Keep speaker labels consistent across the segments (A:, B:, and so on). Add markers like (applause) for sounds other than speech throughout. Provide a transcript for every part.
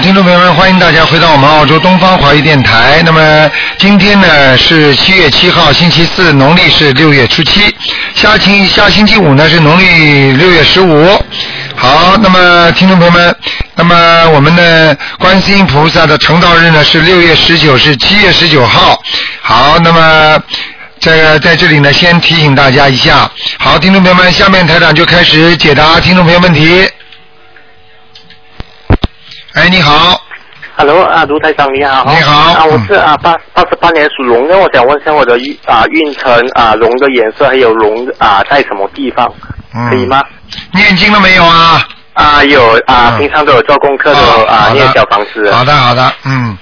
A: 听众朋友们，欢迎大家回到我们澳洲东方华语电台。那么今天呢是七月七号，星期四，农历是六月初七。下星下星期五呢是农历六月十五。好，那么听众朋友们，那么我们的观世音菩萨的成道日呢是六月十九，是七月十九号。好，那么。这个在这里呢，先提醒大家一下。好，听众朋友们，下面台长就开始解答听众朋友问题。哎，你好，
B: Hello 啊，卢台长你好。
A: 你好
B: 啊，我
A: 嗯
B: 是啊八八十八年属龙的，我想问一下我的运啊运程啊龙的颜色还有龙啊在什么地方，
A: 嗯
B: 可以吗？
A: 念经了没有啊？
B: 啊有啊
A: 嗯，
B: 平常都有做功课
A: 哦
B: 的啊
A: 好的
B: 念小房子
A: 好
B: 啊
A: 的，好的，嗯，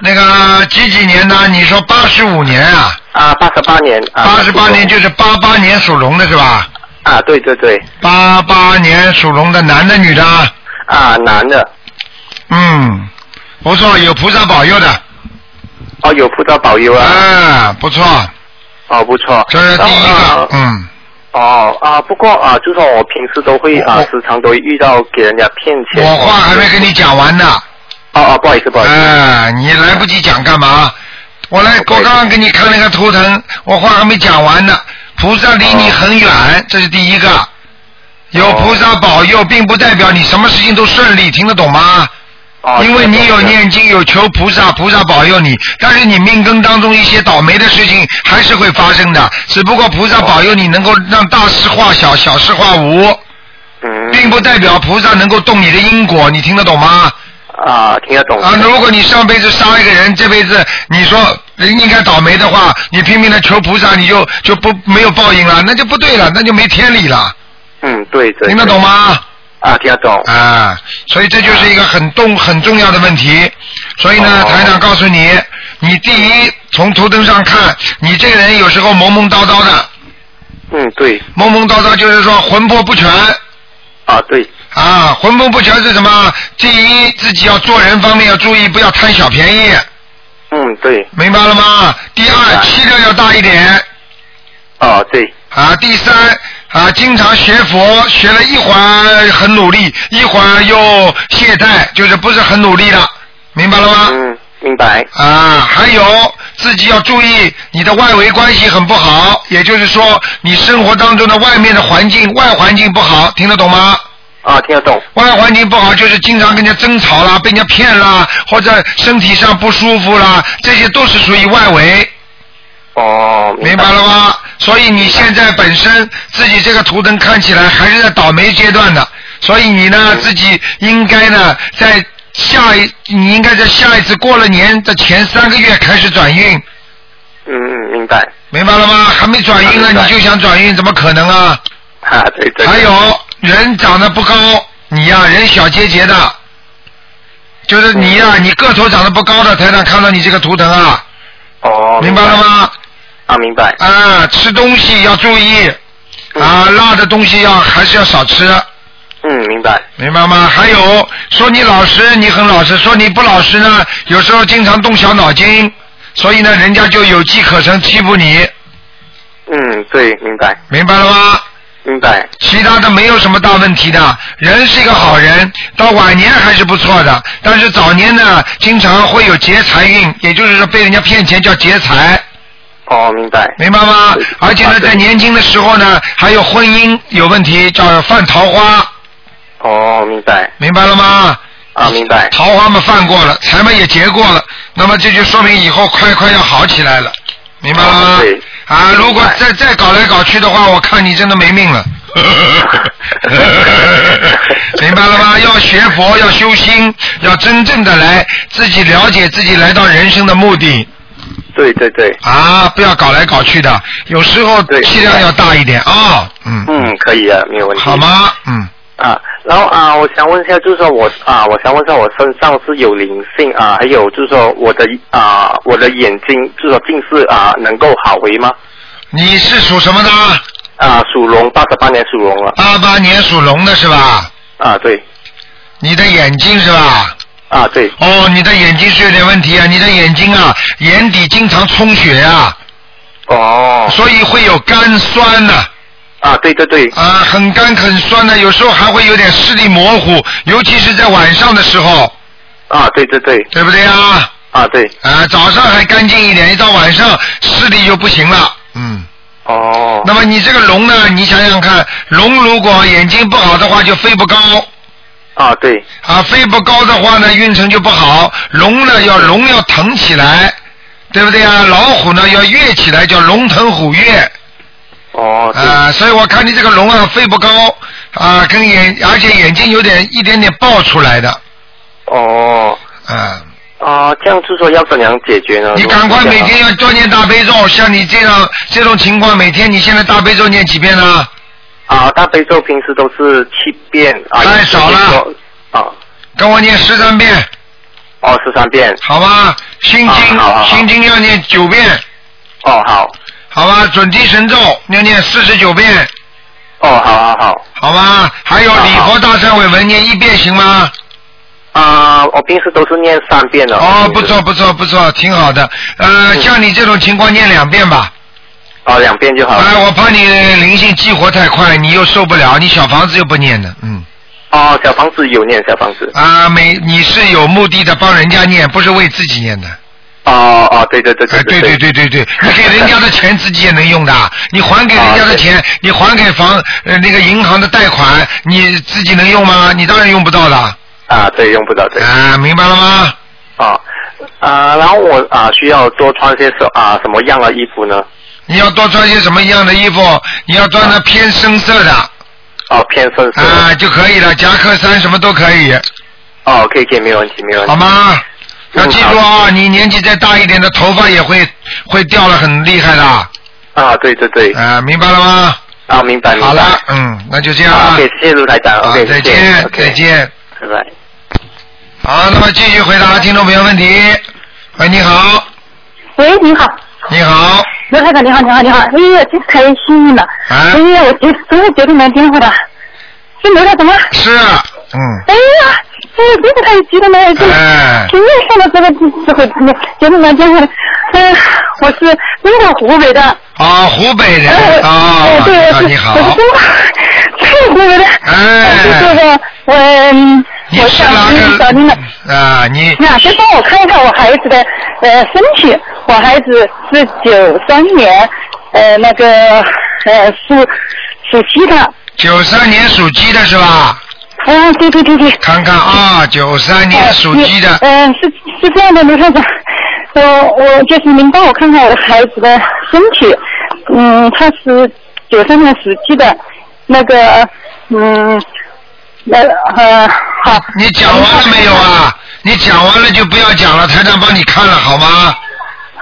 A: 那个几几年呢？你说八十五年啊？
B: 啊八十八年啊
A: 八十八年
B: 属
A: 就是八八年属龙的是吧？
B: 龙啊对对对
A: 八八年属龙的男的女的啊？
B: 啊男的
A: 嗯，不错，有菩萨保佑的，
B: 哦有菩萨保佑啊
A: 啊，不错，
B: 哦不错
A: 这是第一
B: 然后
A: 个
B: 啊，
A: 嗯。
B: 哦啊不过啊就算我平时都会啊
A: 我
B: 时常都会遇到给人家骗钱
A: 我话还没跟你讲完呢，
B: 哦哦不好意思不好意思
A: 哎，你来不及讲干嘛？我来，我刚刚给你看了个图腾，我话还没讲完呢。菩萨离
B: 哦
A: 你很远，这是第一个。有菩萨保佑，并不代表你什么事情都顺利，听得懂吗？
B: 哦
A: 因为你有
B: 这个
A: 念经，有求菩萨，菩萨保佑你，但是你命根当中一些倒霉的事情还是会发生的，只不过菩萨保佑你能够让大事化小，小事化无，
B: 嗯
A: 并不代表菩萨能够动你的因果，你听得懂吗？
B: 啊，听得懂。
A: 啊，如果你上辈子杀一个人，这辈子你说人应该倒霉的话，你拼命的求菩萨，你就就不没有报应了，那就不对了，那就没天理了，
B: 嗯，对对。
A: 听得懂？吗？
B: 啊，听得懂。
A: 啊，所以这就是一个很重很重要的问题。所以呢，
B: 哦
A: 台长告诉你，你第一从图腾上看，你这个人有时候懵懵叨叨的，
B: 嗯，对。
A: 懵懵叨叨就是说魂魄不全
B: 啊，对。
A: 啊，魂魄不全是什么？第一，自己要做人方面要注意，不要贪小便宜，
B: 嗯，对。
A: 明白了吗？第
B: 明
A: 二，
B: 白
A: 气量要大一点
B: 啊，对。
A: 啊。第三。啊，经常学佛，学了一会儿很努力，一会儿又懈怠，就是不是很努力了，明白了吗？
B: 嗯，明白。
A: 啊，还有自己要注意你的外围关系很不好，也就是说你生活当中的外面的环境外环境不好，听得懂吗？
B: 啊，听得懂。
A: 外环境不好就是经常跟人家争吵啦，被人家骗啦，或者身体上不舒服啦，这些都是属于外围，
B: 哦，
A: 明白
B: 白
A: 了吗？所以你现在本身自己这个图腾看起来还是在倒霉阶段的，所以你呢自己应该呢在下一你应该在下一次过了年的前三个月开始转运。
B: 嗯嗯，明白。
A: 明白了吗？还没转运呢，
B: 啊明白
A: 你就想转运，怎么可能啊？
B: 啊，对对。
A: 还。有人长得不高，你呀、人小结节的，就是你呀、
B: 嗯
A: 你个头长得不高的，台长看到你这个图腾啊，
B: 哦。
A: 明白了？吗？
B: 啊，明白。
A: 啊，吃东西要注意啊，辣的东西要还是要少吃，
B: 嗯，明白。
A: 明白吗？还有说你老实，你很老实；说你不老实呢，有时候经常动小脑筋，所以呢，人家就有机可乘，欺负你，
B: 嗯，对，明白，
A: 明白了吗？
B: 明白。
A: 其他的没有什么大问题的，人是一个好人，到晚年还是不错的，但是早年呢，经常会有劫财运，也就是说被人家骗钱叫劫财，
B: 哦，明白。
A: 明白吗？而且呢，在年轻的时候呢，还有婚姻有问题，叫犯桃花，
B: 哦，明白。
A: 明白了吗？
B: 啊，明白。
A: 桃花嘛犯过了，财嘛也结过了，那么这就说明以后快快要好起来了，明白了吗
B: 哦？对
A: 啊，如果
B: 明白
A: 再再搞来搞去的话，我看你真的没
B: (laughs)
A: 命了。明白了吗？要学佛，要修心，要真正的来自己了解自己来到人生的目的
B: 对对对。
A: 啊，不要搞来搞去的，有时候
B: 对
A: 气量要大一点啊、嗯，
B: 嗯，可以的，没有问题。
A: 好？吗？嗯，
B: 啊，然后啊，我想问一下，就是说我啊，我想问一下，我身上是有灵性啊，还有就是说我的啊，我的眼睛，就是说近视啊，能够好回吗？
A: 你是属什么的？
B: 啊，属龙，八十八年属龙了
A: 八八年属龙的是吧？
B: 啊，对，
A: 你的眼睛是吧？
B: 啊对，
A: 哦，你的眼睛是有点问题啊，你的眼睛啊，眼底经常充血啊，
B: 哦，
A: 所以会有干酸呐、
B: 啊对对对，
A: 啊，很干很酸的，有时候还会有点视力模糊，尤其是在晚上的时候，
B: 啊，对对对，
A: 对不对啊？
B: 啊对，
A: 啊，早上还干净一点，一到晚上视力就不行了。嗯，
B: 哦，
A: 那么你这个龙呢？你想想看，龙如果眼睛不好的话，就飞不高
B: 啊对，
A: 啊，飞不高的话呢，运程就不好。龙呢，要龙要腾起来，对不对啊？老虎呢，要跃起来，叫龙腾虎跃。
B: 哦对，
A: 啊、所以我看你这个龙啊，飞不高啊、跟眼而且眼睛有点一点点爆出来的，
B: 哦，
A: 啊、
B: 啊，这样就是说要怎样解决呢？
A: 你赶快每天要多念大悲咒，像你这样这种情况，每天你现在大悲咒念几遍呢？
B: 啊，大悲咒平时都是七遍啊，
A: 太少了
B: 啊，
A: 跟我念十三遍，
B: 哦，十三遍，
A: 好吧？心经，
B: 啊好好好
A: 心经要念九遍，
B: 哦好，
A: 好吧？准提神咒要念四十九遍，
B: 哦好好好，
A: 好吧？还有
B: 好好
A: 礼佛大忏悔文念一遍行吗？
B: 啊，我平时都是念三遍的。
A: 哦，不错不错不错，挺好的。呃，
B: 嗯
A: 像你这种情况念两遍吧。
B: 哦，两遍就好了。
A: 哎，我怕你灵性激活太快，你又受不了，你小房子又不念的，嗯，
B: 哦，小房子有念小房子。
A: 啊，每你是有目的的帮人家念，不是为自己念的，
B: 哦哦，对对对
A: 哎，对
B: 对
A: 对。对对对，你给人家的钱自己也能用
B: (laughs)
A: 的，你还给人家的
B: 啊
A: 钱，你还给房呃那个银行的贷款，你自己能用吗？你当然用不到了，
B: 啊，对，用不着对。
A: 啊，明白了吗？
B: 啊啊，然后我啊需要多穿些什啊什么样的衣服呢？
A: 你要多穿些什么样的衣服？你要穿的偏深色的
B: 哦，偏深色。
A: 啊就可以了，夹克衫什么都可以，
B: 哦，可以可以，没有问题没有问
A: 好
B: 题。
A: 吗？
B: 嗯
A: 要记住啊，你年纪再大一点的头发也会会掉了，很厉害的啊、
B: 啊，对对对。
A: 明白了吗？
B: 啊，明白明白。
A: 好了，嗯，那就这样
B: 啊
A: 啊
B: ，OK，，谢谢卢台长
A: 好
B: ，OK，
A: 再
B: 谢谢
A: 见，
B: ，OK，
A: 再，见。
B: 拜拜。
A: 好，那么继续回答听众朋友问题。喂，你好，
C: 喂，你好，
A: 你好，
C: 刘台长，你好，你好，你好，哎呀，真开心了，
A: 啊
C: 哎呀，我真真是觉得蛮颠覆的，是刘台长吗？
A: 是，嗯，
C: 哎呀，哎呀，真是太激动了，真的
A: 哎，
C: 平面看到这个智慧，真的觉得蛮颠覆的，哎，我是中国湖北的，
A: 啊，湖北人
C: 哎，
A: 啊
C: 哎，对，我，
A: 啊
C: 是
A: 你好
C: 我，是中国，太湖北的，
A: 哎
C: 就这个我嗯
A: 你
C: 我
A: 是
C: 想
A: 哪
C: 嗯找您了。
A: 个？啊，你
C: 那先帮我看一看我孩子的呃身体，我孩子是九三年，呃那个呃属属鸡的，
A: 九三年属鸡的是吧？
C: 嗯对对对对，
A: 看看啊，九三年属鸡的，
C: 嗯、呃是是这样的，刘校长，我我就是您帮我看看我的孩子的身体，嗯他是九三年属鸡的，那个嗯那呃好，
A: 你讲完了没有啊？你讲完了就不要讲了，台长帮你看了好吗？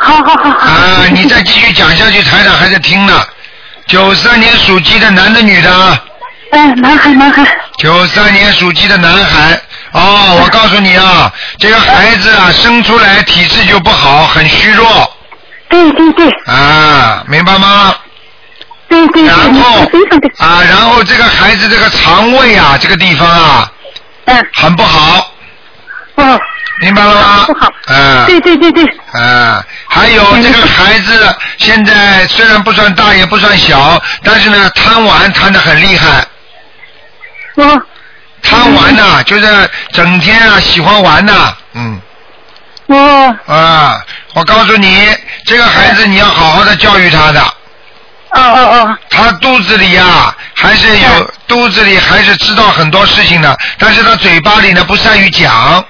C: 好好好好，
A: 啊，你再继续讲下去，台长还在听呢。九三年属鸡的男的女的？
C: 哎男孩男孩，
A: 九三年属鸡的男孩。哦，我告诉你啊，这个孩子啊，生出来体质就不好，很虚弱
C: 对对对
A: 啊，明白吗？
C: 对对对，
A: 然
C: 您说
A: 后
C: 得非常对。
A: 啊，然后这个孩子这个肠胃啊，这个地方啊，
C: 嗯，
A: 很不好，啊
C: 哦，
A: 明白了吗？
C: 不好
A: 嗯。
C: 对对对对，
A: 啊，还有这个孩子现在虽然不算大也不算小，但是呢贪玩贪得很厉害，
C: 哦，
A: 贪玩
C: 嗯
A: 呐、就是整天啊喜欢玩呐、嗯
C: 哦，
A: 啊，我告诉你，这个孩子你要好好的教育他的，
C: 哦哦
A: 他肚子里呀、还是有肚子里还是知道很多事情的，但是他嘴巴里呢不善于讲，
C: 哦，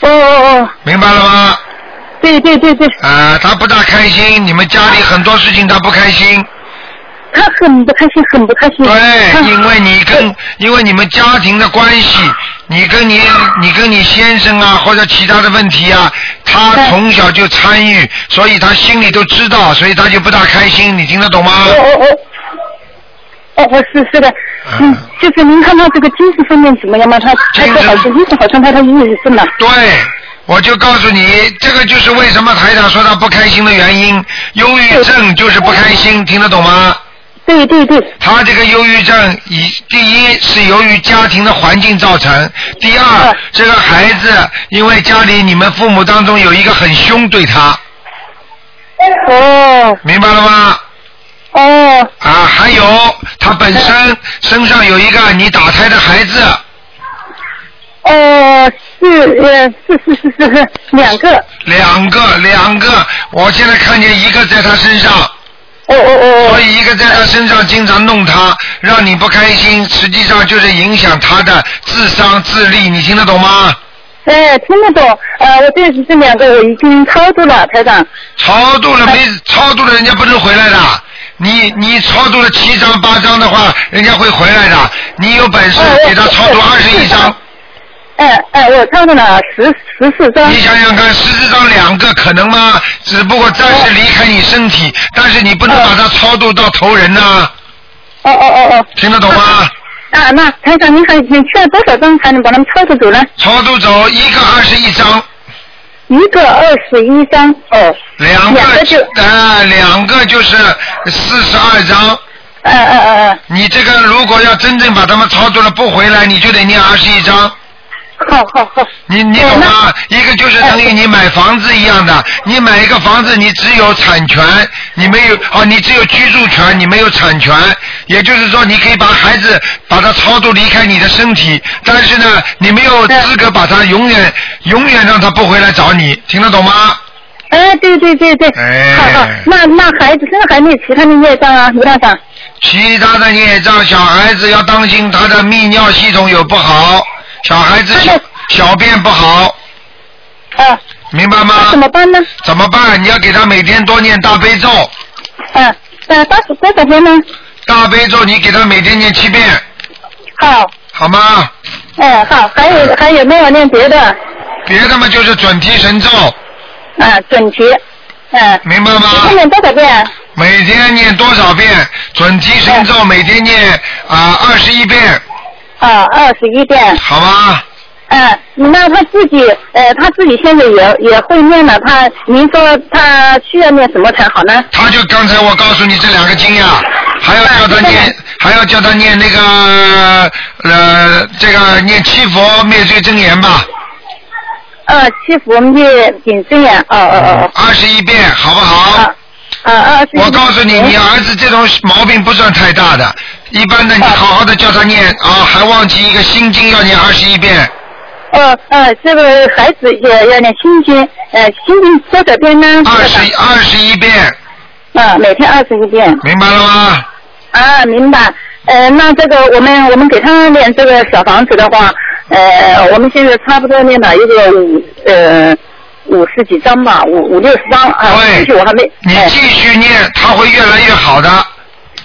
C: 哦哦哦，
A: 明白了吗？
C: 对对对对，
A: 啊，他不大开心，你们家里很多事情他不开心，
C: 他很不开心，很不开心。他
A: 对，因为你跟因为你们家庭的关系，你跟你你跟你先生啊，或者其他的问题啊，他
C: 对
A: 从小就参与，所以他心里都知道，所以他就不大开心，你听得懂吗？
C: 哦哦哦。哦，我是是的，嗯，就是您看他这个精神方面怎么样嘛？他他
A: 精
C: 这
A: 神
C: 好像精神好像他他抑郁症啊了。
A: 对，我就告诉你，这个就是为什么台长说他不开心的原因，忧郁症就是不开心，听得懂吗？
C: 对对对，
A: 他这个忧郁症，以第一是由于家庭的环境造成，第二
C: 嗯
A: 这个孩子因为家里你们父母当中有一个很凶对他，
C: 哦
A: 明白了吗？
C: 哦
A: 啊，还有他本身身上有一个你打胎的孩子，
C: 哦，是呃是是是是是两个，
A: 两个两个，我现在看见一个在他身上，
C: 哦哦哦
A: 所
C: 哦，
A: 以一个在他身上经常弄他，让你不开心，实际上就是影响他的智商智力，你听得懂吗？
C: 哎听得懂，呃我这这两个我已经超度了台长，
A: 超度
C: 哎
A: 了没？超度了人家不能回来的。你你超度了七张八张的话，人家会回来的。你有本事
C: 哎我
A: 给他超度
C: 哎
A: 二十一张，
C: 哎哎我超度了十十四张，
A: 你想想看，十四张两个可能吗？只不过暂时离开你身体，但是你不能
C: 哎
A: 把它超度到头人呐、
C: 哦哦哦哦，
A: 听得懂吗？
C: 啊那台长您还你需要多少张才能把他们超度走呢？
A: 超度走一个二十一张，
C: 一个二十一张，哦，
A: 两个
C: 两个就
A: 呃两个就是四十二张。
C: 呃呃呃呃，
A: 你这个如果要真正把他们超度了不回来，你就得念二十一张。
C: 好好好，
A: 你你懂吗？一个就是等于你买房子一样的，你买一个房子，你只有产权，你没有哦，你只有居住权，你没有产权。也就是说，你可以把孩子把他超度离开你的身体，但是呢，你没有资格把他永远永远让他不回来找你，听得懂吗？
C: 哎对对对对，
A: 哎
C: 好好，那那孩子身上还没有其他的业障啊，卢大长，
A: 其他的孽障，小孩子要当心他的泌尿系统有不好，小孩子
C: 他
A: 小
C: 的
A: 小便不好，
C: 啊，
A: 明白吗
C: 那？怎么办呢？
A: 怎么办？你要给他每天多念大悲咒。
C: 啊，呃，多少多少天呢？
A: 大悲咒你给他每天念七遍，
C: 好，
A: 好吗？
C: 哎，好，还有还有没有念别的？
A: 别的嘛就是准提神咒，
C: 啊，准提，嗯，
A: 明白吗？
C: 你念多少遍啊？
A: 每天念多少遍？准提神咒每天念啊二十一遍，
C: 啊，二十一遍。
A: 好吗？
C: 嗯，那他自己，呃，他自己现在也也会念了，他您说他需要念什么才好呢？
A: 他就刚才我告诉你这两个经呀，还要叫他念，还要叫他念那个呃这个念七佛灭罪真言吧，
C: 呃，七佛灭顶真言，哦哦
A: 二十一遍，好不
C: 哦哦，
A: 好？
C: 啊，呃，二十一遍。
A: 我告诉你，你儿子这种毛病不算太大的，一般
C: 啊
A: 的你好好的叫他念啊，还忘记一个心经要念二十一遍，
C: 呃呃，这个孩子也要念心经，呃，心经多少遍呢？
A: 二十二十一遍，
C: 啊，每天二十一遍。
A: 明白了吗？
C: 啊，明白。呃，那这个我们我们给他念这个小房子的话，呃，我们现在差不多念了一个五呃五十几张吧，五五六十张啊。
A: 对
C: 继续我还没。
A: 你
C: 哎
A: 继续念，他会越来越好的。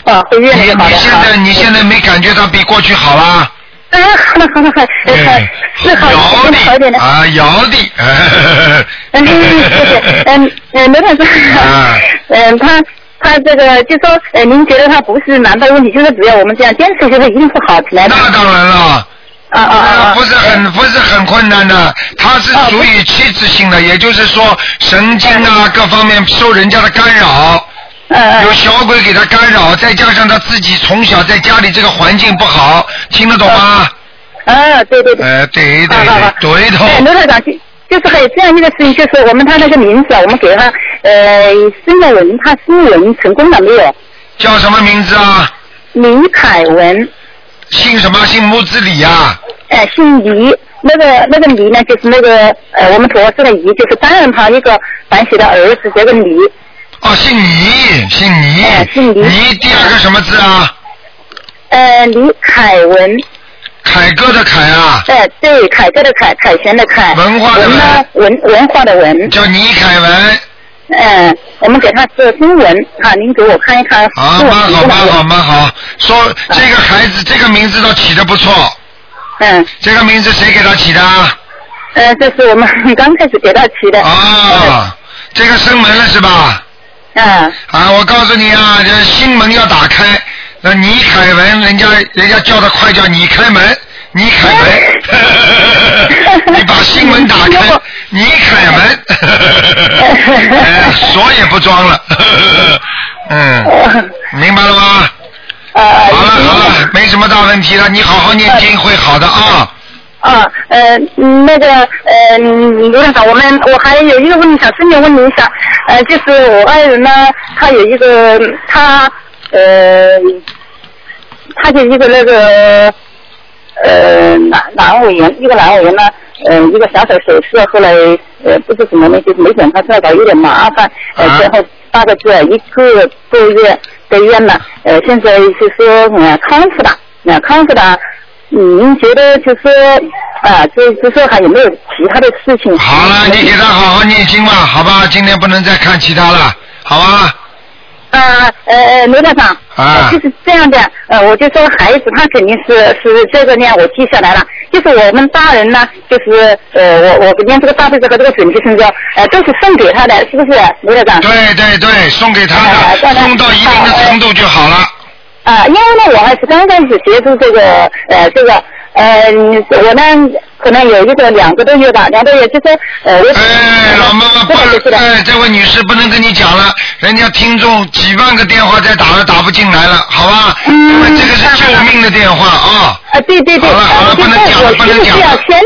C: 啊，会越
A: 你
C: 来越好的
A: 你现在你现在没感觉他比过去好啦？
C: 啊，好了好了好了，哎是好一
A: 有
C: 点，好一点
A: 的
C: 的。
A: 啊，有的。
C: 嗯，谢谢。嗯嗯，刘老师
A: 啊，
C: 嗯，他他这个就说，呃，您觉得他不是难的问题，就是只要我们这样坚持，就是一定会好起来
A: (laughs)
C: 的。
A: 那当然了。
C: 啊啊
A: 啊，
C: 啊！
A: 不是很不是很困难的，它是
C: 啊
A: 属
C: 不
A: 于器质性的，也就是说神经啊各方面受人家的干扰，
C: 嗯嗯
A: 有小鬼给他干扰，再加上他自己从小在家里这个环境不好，听得懂吗？
C: 啊，对对对。
A: 呃，对对
C: 好好好
A: 对，对头，
C: 哎，罗台长，就就是还有这样一个事情，就是我们他那个名字啊，我们给他呃申了文，他申文成功了没有？
A: 叫什么名字啊？
C: 李凯文，
A: 姓什么？姓木子李啊？
C: 呃，姓李，那个那个李呢，就是那个呃我们陀字的李，就是单人旁一个反写的儿子，这个李，
A: 哦，姓倪，姓倪
C: 哎，姓倪
A: 倪第二个什么字啊？
C: 呃，李凯文，
A: 凯哥的凯啊，
C: 哎、对，凯哥的凯，凯旋的凯，
A: 文化的文
C: 文呢，文文化的文，
A: 叫倪凯文。
C: 嗯、我们给他是中文啊，您给我看一看，
A: 啊，
C: 中文
A: 蛮好，
C: 是哪
A: 蛮
C: 个
A: 好，，蛮好。说这个孩子这个名字倒起的不错，
C: 嗯。
A: 这个名字谁给他起的啊？
C: 呃，这是我们 (laughs) 刚开始给他提的。
A: 啊，这个生门了是吧？
C: (laughs) 嗯。啊，
A: 啊，我告诉你啊，这心门要打开。那倪凯文，人家人家叫的快叫你开门，倪凯 (laughs) 文，你把心门打开，倪凯 (laughs) 文，哎锁也不装了， (laughs) 嗯，明白了吗？
C: 呃，
A: 好了好了，没什么大问题了，你好好念经会好的啊。
C: 啊，呃，嗯那个，呃，刘院长，我们我还有一个问题想顺便问您一下，呃，就是我爱人呢，他有一个嗯他呃，他有一个那个呃阑阑尾炎，一个阑尾炎呢，嗯、一个小手手术，后来呃不知怎么呢，就是没检查出来，搞有点麻烦，呃，
A: 啊
C: 最后大概住了一个多月的院了，呃，现在是说呃康复了，呃康复了。您觉得就说啊，就就说还有没有其他的事情？
A: 好了，你给他好好念经吧，好吧，今天不能再看其他了，好吧？
C: 啊，呃呃，刘台长，
A: 啊
C: 呃就是这样的，呃，我就说孩子他肯定是是这个呢，我记下来了。就是我们大人呢，就是呃，我我念这个大悲咒和这个准提神咒，呃，都是送给他的，是不是，刘台长？
A: 对对对，送给他
C: 哎
A: 的，
C: 对对
A: 送到一定的程度就好了。
C: 啊，因为呢，我还是刚开始接触这个呃这个呃，我呢可能有一个两个多月吧，两个多月就是呃，我
A: 哎，老妈妈，不
C: 是 (laughs) 的，是的，
A: 哎，这位女士不能跟你讲了，人家听众几万个电话再打都打不进来了，好吧？
C: 嗯
A: 因为这个是救命的电话啊、
C: 啊，对对对，
A: 好了好了
C: 呃就
A: 不
C: 是
A: 能讲了
C: 我
A: 不
C: 需
A: 能
C: 不
A: 讲
C: 需要
A: 了
C: 先？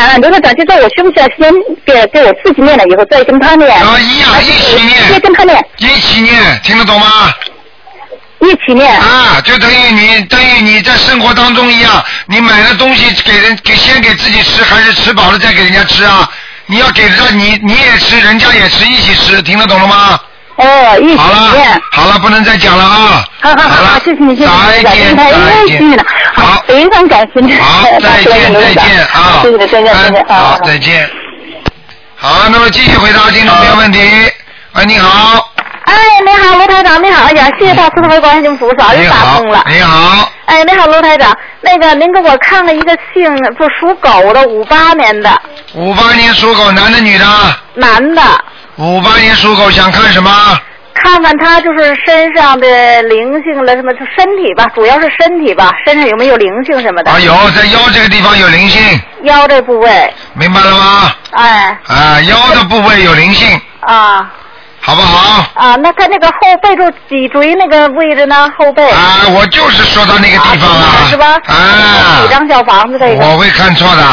C: 啊，刘科长，就说我需不需要先给给我自己念了以后再跟他念？
A: 啊一样
C: 还是
A: 一起念
C: 先跟他念，
A: 一起念，听得懂吗？
C: 一起念。
A: 啊，就等于你等于你在生活当中一样，你买了东西给人给先给自己吃，还是吃饱了再给人家吃啊？你要给让你你也吃，人家也吃，一起吃，听得懂了吗？
C: 哦，一
A: 好了
C: 起念。，
A: 好了，不能再讲了啊！
C: 好好好
A: 了
C: 好，谢谢你，谢谢
A: 再
C: 你，
A: 见，
C: 太
A: 再
C: 幸运
A: 见
C: 哎了，，好，非常 (laughs) 感谢你，
A: 好，再见，再见啊！
C: 谢谢你，再见，再见啊
A: 嗯，好，再见。好，那么继续回答听众朋友问题。喂，你好，
D: 哎，你好，卢台长，你好，哎呀，谢谢大慈大悲观世音菩萨，
A: 你
D: 又打
A: 好
D: 通了，。
A: 你好，
D: 哎，你好，卢台长，那个您给我看了一个姓，不属狗的，五八年的
A: 五八年属狗，男的女的？
D: 男的，
A: 五八年属狗，想看什么？
D: 看看他就是身上的灵性了什么，就身体吧，主要是身体吧，身上有没有灵性什么的，
A: 啊，有，在腰这个地方有灵性，
D: 腰这部位，
A: 明白了吗？
D: 哎，
A: 啊，腰的部位有灵性，
D: 啊
A: 好不好？
D: 啊，那他那个后背就脊椎那个位置呢，后背。
A: 啊，我就是说到那个地方了，
D: 是吧？
A: 啊
D: 几，张小房子这个？
A: 我会看错
D: (laughs)
A: 的。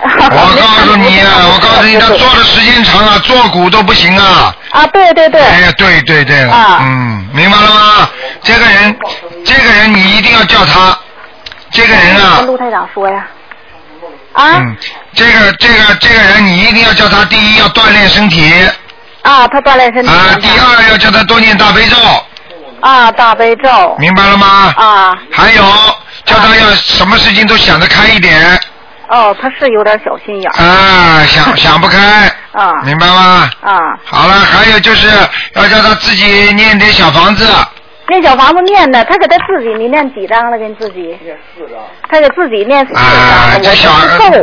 A: 我告诉你啊，我告诉你，他坐的时间长啊，坐骨都不行啊。
D: 啊，对对对，
A: 哎呀，对对对了
D: 啊
A: 嗯，明白了吗？这个人，这个人你一定要叫他，这个人啊
D: 跟，陆台长说呀。嗯啊、
A: 嗯，这个这个这个人你一定要叫他，第一要锻炼身体，
D: 啊，他锻炼身体。
A: 啊，第二要叫他多念大悲咒，
D: 啊，大悲咒。
A: 明白了吗？
D: 啊，
A: 还有，叫他要什么事情都想得开一点，
D: 哦，他是有点小心眼儿
A: 啊，想想不开，
D: 啊
A: 明白吗？
D: 啊。
A: 好了，还有就是要叫他自己念点小房子，
D: 那小房子念的，他给他自己，你念几张了？给你自己。他给自己念四张。
A: 啊，
D: 我
A: 这小
D: 不
A: 孩
D: 够。，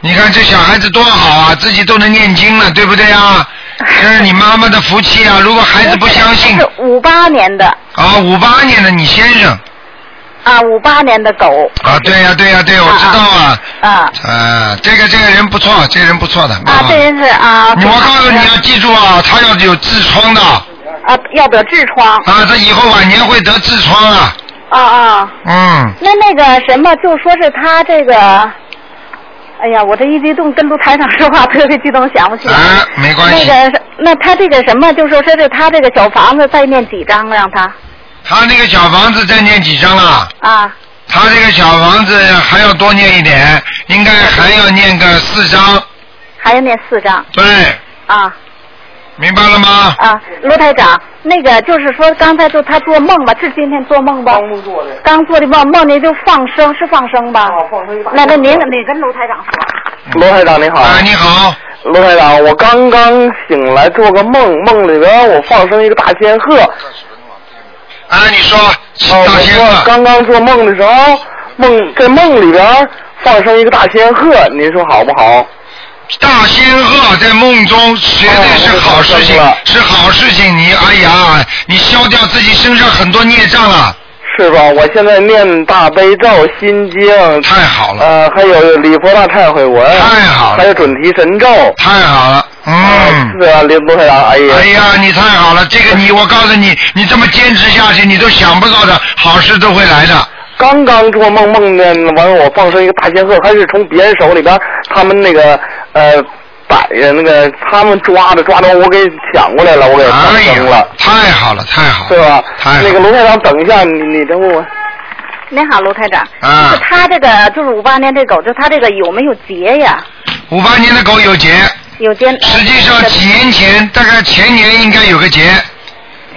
A: 你看这小孩子多好啊，自己都能念经了，对不对
D: (laughs)
A: 啊？这是你妈妈的福气啊！如果孩子不相信
D: 是五八年的
A: 啊，五八年的你先生
D: 啊，五八年的狗
A: 啊，对呀、对呀、对，我知道啊，
D: 啊
A: 啊，这个这个人不错，这个人不错的，
D: 啊，这人是啊。
A: 你我告诉你要记住啊，他要有痔疮的啊，
D: 啊，要得痔疮
A: 他以后晚年会得痔疮啊，
D: 啊啊。
A: 嗯，
D: 那那个什么，就说是他这个，哎呀，我这一激动，跟卢台长说话特别激动，想不起来。
A: 啊，没关
D: 那
A: 系，
D: 个是，那他这个什么，就说说是他这个小房子再念几张，让他
A: 他那个小房子再念几张啊？
D: 啊
A: 他这个小房子还要多念一点，应该还要念个四张，
D: 还要念四张
A: 对，
D: 啊
A: 明白了吗？
D: 啊！卢台长，那个就是说刚才就他做梦吧，是今天做梦吧？刚做的，刚做的梦，梦里就放生，是放生吧？哦，放生那那您你跟卢台长说，
B: 罗台长你好，
A: 啊，你好，
B: 罗台长，我刚刚醒来做个梦，梦里边我放生一个大仙鹤，
A: 啊，你说，
B: 哦，
A: 大
B: 我
A: 仙
B: 说
A: 鹤，
B: 刚刚做梦的时候，梦在梦里边放生一个大仙鹤，您说好不好？
A: 大仙鹤在梦中绝对是好事情
B: 哦我知
A: 是
B: 道，
A: 好事情。你哎呀，你消掉自己身上很多孽障啊了，
B: 是吧？我现在念大悲咒、心经，
A: 太好了，
B: 呃，还有礼佛大忏悔文，
A: 太好
B: 还
A: 了
B: 有，准提神咒。
A: 太好了，嗯。
B: 是啊，林部长，哎呀，
A: 哎呀，你太好了！这个你，我告诉你，你这么坚持下去，你都想不到的好事都会来的。
B: 刚刚做梦梦见完了，我放生一个大仙鹤，还是从别人手里边，他们那个呃逮着那个他们抓的抓着我给抢过来了，我给放
A: 哎
B: 生
A: 呀
B: 了，，
A: 太好了，太好了，
B: 是吧？
A: 太好
B: 那个
A: 了
B: 卢台长，等一下，你你等我。
D: 您好，卢台长，
A: 啊
D: 就是他这个就是五八年这狗，就他这个有没有结呀？
A: 五八年的狗有节，
C: 有间
A: 实际上几年前，大概前年应该有个节。
C: 呃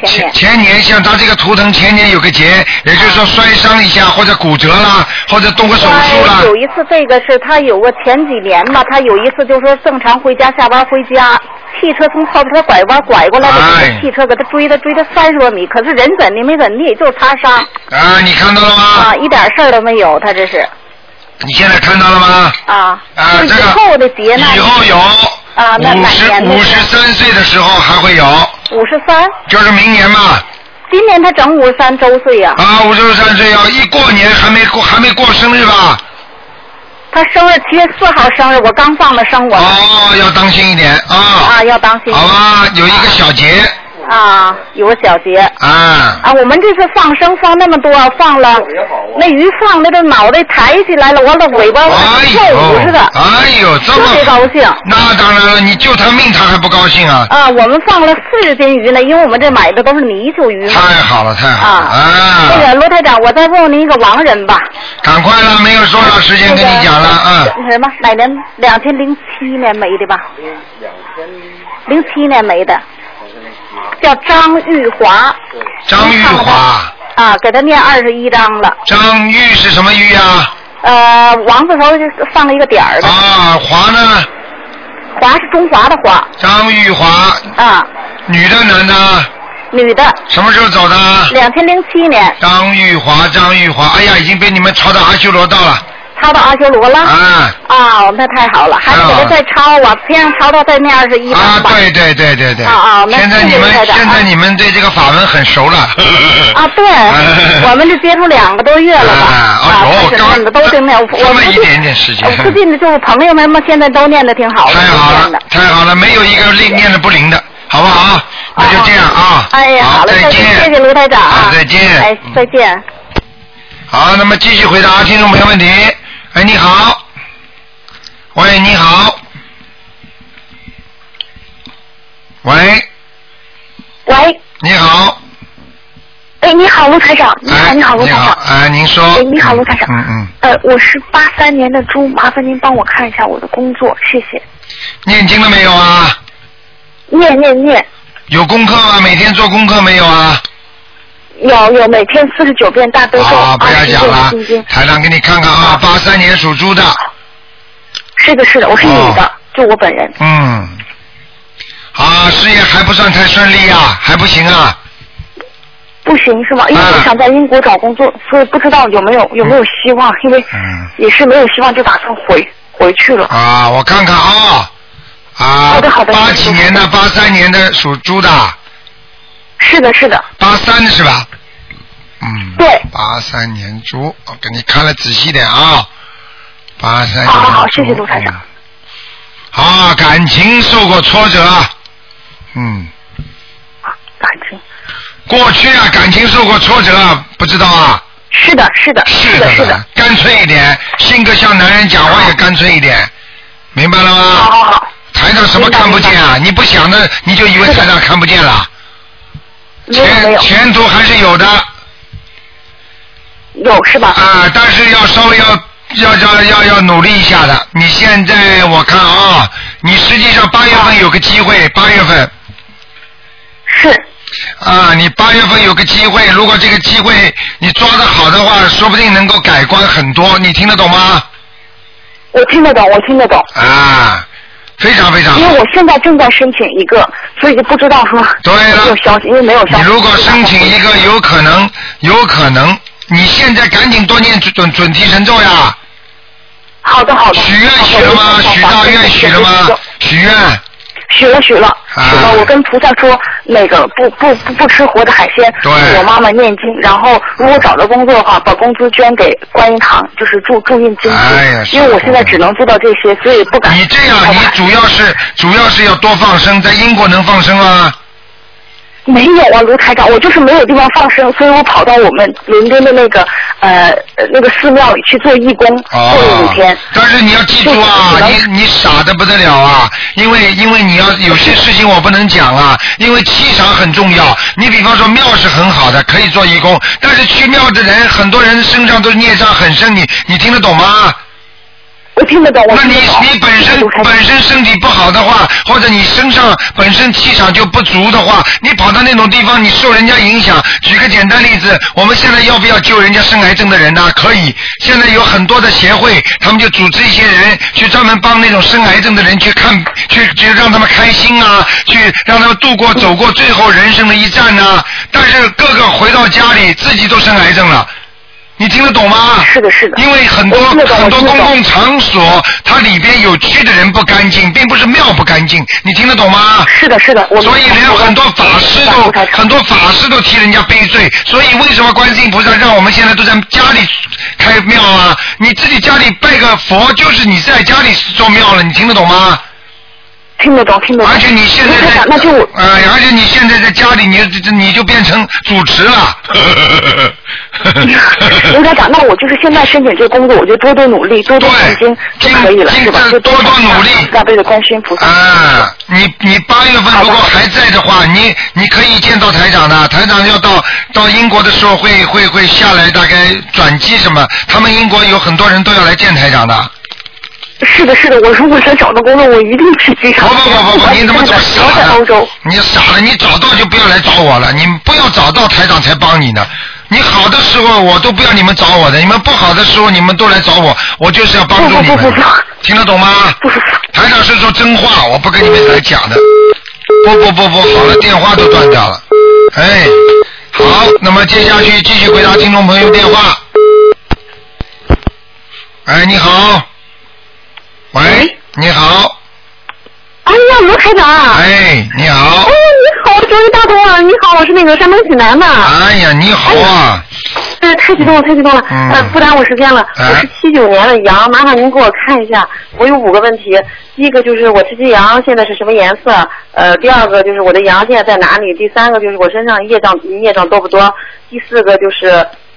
C: 前年
A: 前年像他这个图腾，前年有个节，也就是
C: 嗯
A: 说摔伤一下或者骨折啦，或者动个手术啦
C: 他，有一次，这个是他有过前几年吧，他有一次就说正常回家下班回家，汽车从后边拐弯拐过来的那
A: 哎
C: 个汽车给他追他追他三十多米，可是人怎的没怎地，就是擦伤
A: 啊，你看到了吗？
C: 啊，一点事儿都没有，他这是
A: 你现在看到了吗？
C: 啊。
A: 啊
C: 就
A: 这
C: 以
A: 个
C: 后的劫呢？
A: 以后有
C: 啊，那
A: 五
C: 哪
A: 十
C: 年的
A: 五十三岁的时候还会有，
C: 五十三，
A: 就是明年嘛。
C: 今年他整五十三周岁呀、
A: 啊，五十三岁要一过年还没过还没过生日吧？
C: 他生日七月四号生日，我刚放的生我呢
A: 哦，要当心一点啊
C: 啊，。要当心
A: 好吧，有一个小节
C: 啊，有个小节。
A: 啊，
C: 啊，我们这次放生放那么多，放了那鱼放的这脑袋抬起来了，完了尾巴
A: 哎
C: 啊跳舞似
A: 呦
C: 的，，
A: 哎呦，这么
C: 特别高兴。
A: 那当然了，你救他命，他还不高兴啊？
C: 啊，我们放了四十斤鱼呢，因为我们这买的都是泥鳅鱼嘛。
A: 太好了，太好了
C: 那
A: 啊！
C: 个罗台长，我再问问您一个亡人吧。
A: 赶快了，没有多少时间
C: 那
A: 跟
C: 个
A: 你讲了啊。
C: 那什么，哪年？两千零七年没的吧？零七年没的，叫张玉华
A: 张玉华，
C: 啊，给他念二十一章了。
A: 张玉是什么玉啊？
C: 呃，王字头就是放了一个点儿的，
A: 啊，华呢？
C: 华是中华的华
A: 张玉华，
C: 啊，
A: 女的男的？
C: 女的，
A: 什么时候走的？
C: 两千零七年，
A: 张玉华，张玉华，哎呀，已经被你们抄到阿修罗道了
C: 抄到阿修罗了。
A: 啊！
C: 啊，那太好了，还得给他再抄啊，先让抄到再念二十一章
A: 啊，
C: 吧。
A: 对对对对对，
C: 啊啊那
A: 现在
C: 谢
A: 你
C: 谢
A: 们
C: 台长
A: 现在你们对这个法门很熟了。 (laughs)
C: 啊，对，我们这接触两个多月了吧？
A: 啊哎呦
C: 开始
A: 刚
C: 念的都是念，
A: 这
C: 我
A: 么
C: 附
A: 一
C: 近
A: 点点时间
C: 我附
A: (laughs)
C: 近的就是朋友们嘛，现在都念的挺好的，
A: 太好
C: 都念
A: 了
C: 的，
A: 太好了，没有一个念念的不灵的，好不好？那就这样啊。
C: 哎呀，
A: 好，
C: 好了，
A: 再
C: 再
A: 见
C: 见，，谢谢卢台长
A: 啊
C: 啊，
A: 再见
C: 哎，再见。
A: 好，那么继续回答听众朋友问题。哎，你好，喂，你好，喂，
E: 喂，
A: 你好，
E: 哎，你好，卢台长，你好，
A: 哎，
E: 你好，卢
A: 你
E: 台
A: 好，
E: 长，
A: 哎，您说，
E: 哎，你好，卢台长，
A: 嗯嗯，
E: 呃，我是八三年的猪，麻烦您帮我看一下我的工作，谢谢。
A: 念经了没有啊？
E: 念念念，
A: 有功课吗？每天做功课没有啊？
E: 有有，每天四十九遍大悲咒，
A: 啊，不
E: 二
A: 要
E: 十一
A: 讲
E: 遍
A: 了
E: 心经，，
A: 台长给你看看啊，八三年属猪的，
E: 是的，是的，我是女
A: 哦
E: 的，就我本人，
A: 嗯，啊，事业还不算太顺利啊，还不行啊，
E: 不行是吗？因为
A: 嗯
E: 我想在英国找工作，所以不知道有没有有没有希望，因为
A: 嗯，
E: 也是没有希望，就打算回回去了。
A: 啊，我看看啊，啊
E: 好的好，的
A: 八几年的，八三年的属猪的，
E: 是的，是的，
A: 八三是吧？嗯，
E: 对，
A: 八三年猪，我给你看了仔细点啊，八三年猪。
E: 好好好谢谢卢台长
A: 嗯。啊，感情受过挫折，啊嗯，
E: 啊感情
A: 过去啊，感情受过挫折，不知道啊。
E: 是的，是的，
A: 是
E: 的，
A: 的，啊
E: 是的，
A: 干脆一点，性格像男人，讲话也干脆一点，明白了
E: 好好
A: 吗？
E: 好，
A: 台长什么看不见啊？你不想的，你就以为台长看不见了？
E: 没有没
A: 前
E: 有
A: 前途还是有的啊、
E: 有是吧？
A: 但是要稍微要要要要要努力一下的。你现在我看啊、你实际上八月份有个机会，八月份
E: 是
A: 啊，你八月份有个机会，如果这个机会你抓得好的话，说不定能够改观很多。你听得懂吗？
E: 我听得懂，我听得懂。
A: 啊，非常非常好
E: 因。为我现在正在申请一个，所以就不知道说
A: 对了
E: 有没有消息，因为没有消
A: 你
E: 息。
A: 如果申请一个，有可能，有可能，你现在赶紧多念准准准提神咒呀！
E: 好的好的，
A: 许愿许
E: 好
A: 了吗？
E: 的
A: 许大愿许了吗？许愿
E: 许了许了
A: 哎
E: 许了，我跟菩萨说那个不不不不吃活的海鲜，
A: 对
E: 我妈妈念经，然后如果找到工作的话，把工资捐给观音堂，就是助助印经济
A: 哎呀，是
E: 因为我现在只能做到这些，所以不敢。
A: 你这样，你主要是主要是要多放生，在英国能放生吗？
E: 没有啊，卢台长，我就是没有地方放生，所以我跑到我们伦敦的那个呃呃那个寺庙里去做义工，
A: 哦
E: 做了五天。
A: 但是你要记住啊，
E: 就是
A: 你你傻的不得了啊！因为因为你要有些事情我不能讲啊，因为气场很重要。你比方说庙是很好的，可以做义工，但是去庙的人很多人身上都是孽障很深，你你听得懂吗？
E: 我
C: 听得懂，我
A: 那
C: 听
A: 你
C: 得懂。
A: 你本身本身身体不好的话，或者你身上本身气场就不足的话，你跑到那种地方，你受人家影响。举个简单例子，我们现在要不要救人家生癌症的人呢、可以，现在有很多的协会，他们就组织一些人去专门帮那种生癌症的人去看，去去让他们开心啊，去让他们度过走过最后人生的一站呐、但是个个回到家里，自己都生癌症了。你听得懂吗？
C: 是的，是的。
A: 因为很多
C: 我听得懂
A: 很多
C: 我听得
A: 公
C: 懂
A: 共场所，它里边有去的人不干净，并不是庙不干净，你听得懂吗？
C: 是的，是的，我明白
A: 所以连很多法师
C: 我明
A: 都
C: 白
A: 很多法师都替人家背罪，所以为什么观世音菩萨让我们现在都在家里开庙啊？你自己家里拜个佛，就是你在家里做庙了，你听得懂吗？
C: 听得懂，听得懂。
A: 而且你现在
C: 卢台
A: 在
C: 长，，那就我
A: 哎、而且你现在在家里，你就你就变成主持了。 (laughs)
C: 卢台长，那我就是现在申请这个工作，我就多多努力，多多念经就
A: 对
C: 可以了，
A: 经
C: 是吧
A: 经？
C: 就
A: 多多努力
C: 大悲的观世音菩萨。
A: 啊，你你八月份如果还在的话，你你可以见到台长的，台长要到到英国的时候会会会下来，大概转机什么，他们英国有很多人都要来见台长的。
C: 是的，是的，我如果想找到工作，我一定去
A: 不
C: 机场。
A: 不不不不，你怎么这么傻
C: 我在欧
A: 呢
C: 洲。？
A: 你傻了，你找到就不要来找我了，你不要找到台长才帮你呢。你好的时候我都不要你们找我的，你们不好的时候你们都来找我，我就是要帮助你们。
C: 不不不不不
A: 听得懂吗？
C: 不是，
A: 台长是说真话，我不跟你们来假的。不不不不，好了，电话都断掉了。哎，好，那么接下去继续回答听众朋友电话。哎，你好。喂
C: 喂，
A: 你好。
C: 哎呀，卢台长，哎，
A: 哎，你好。
C: 你好，终于打通了，你好，我是那个山东济南的。
A: 哎呀，你好啊！
C: 哎，太激动了，太激动了！
A: 嗯
C: 呃，不耽误时间了。
A: 哎
C: 我是七九年的羊，麻烦您给我看一下，我有五个问题。第一个就是我这只羊现在是什么颜色？呃，第二个就是我的羊现在在哪里？第三个就是我身上业障业障多不多？第四个就是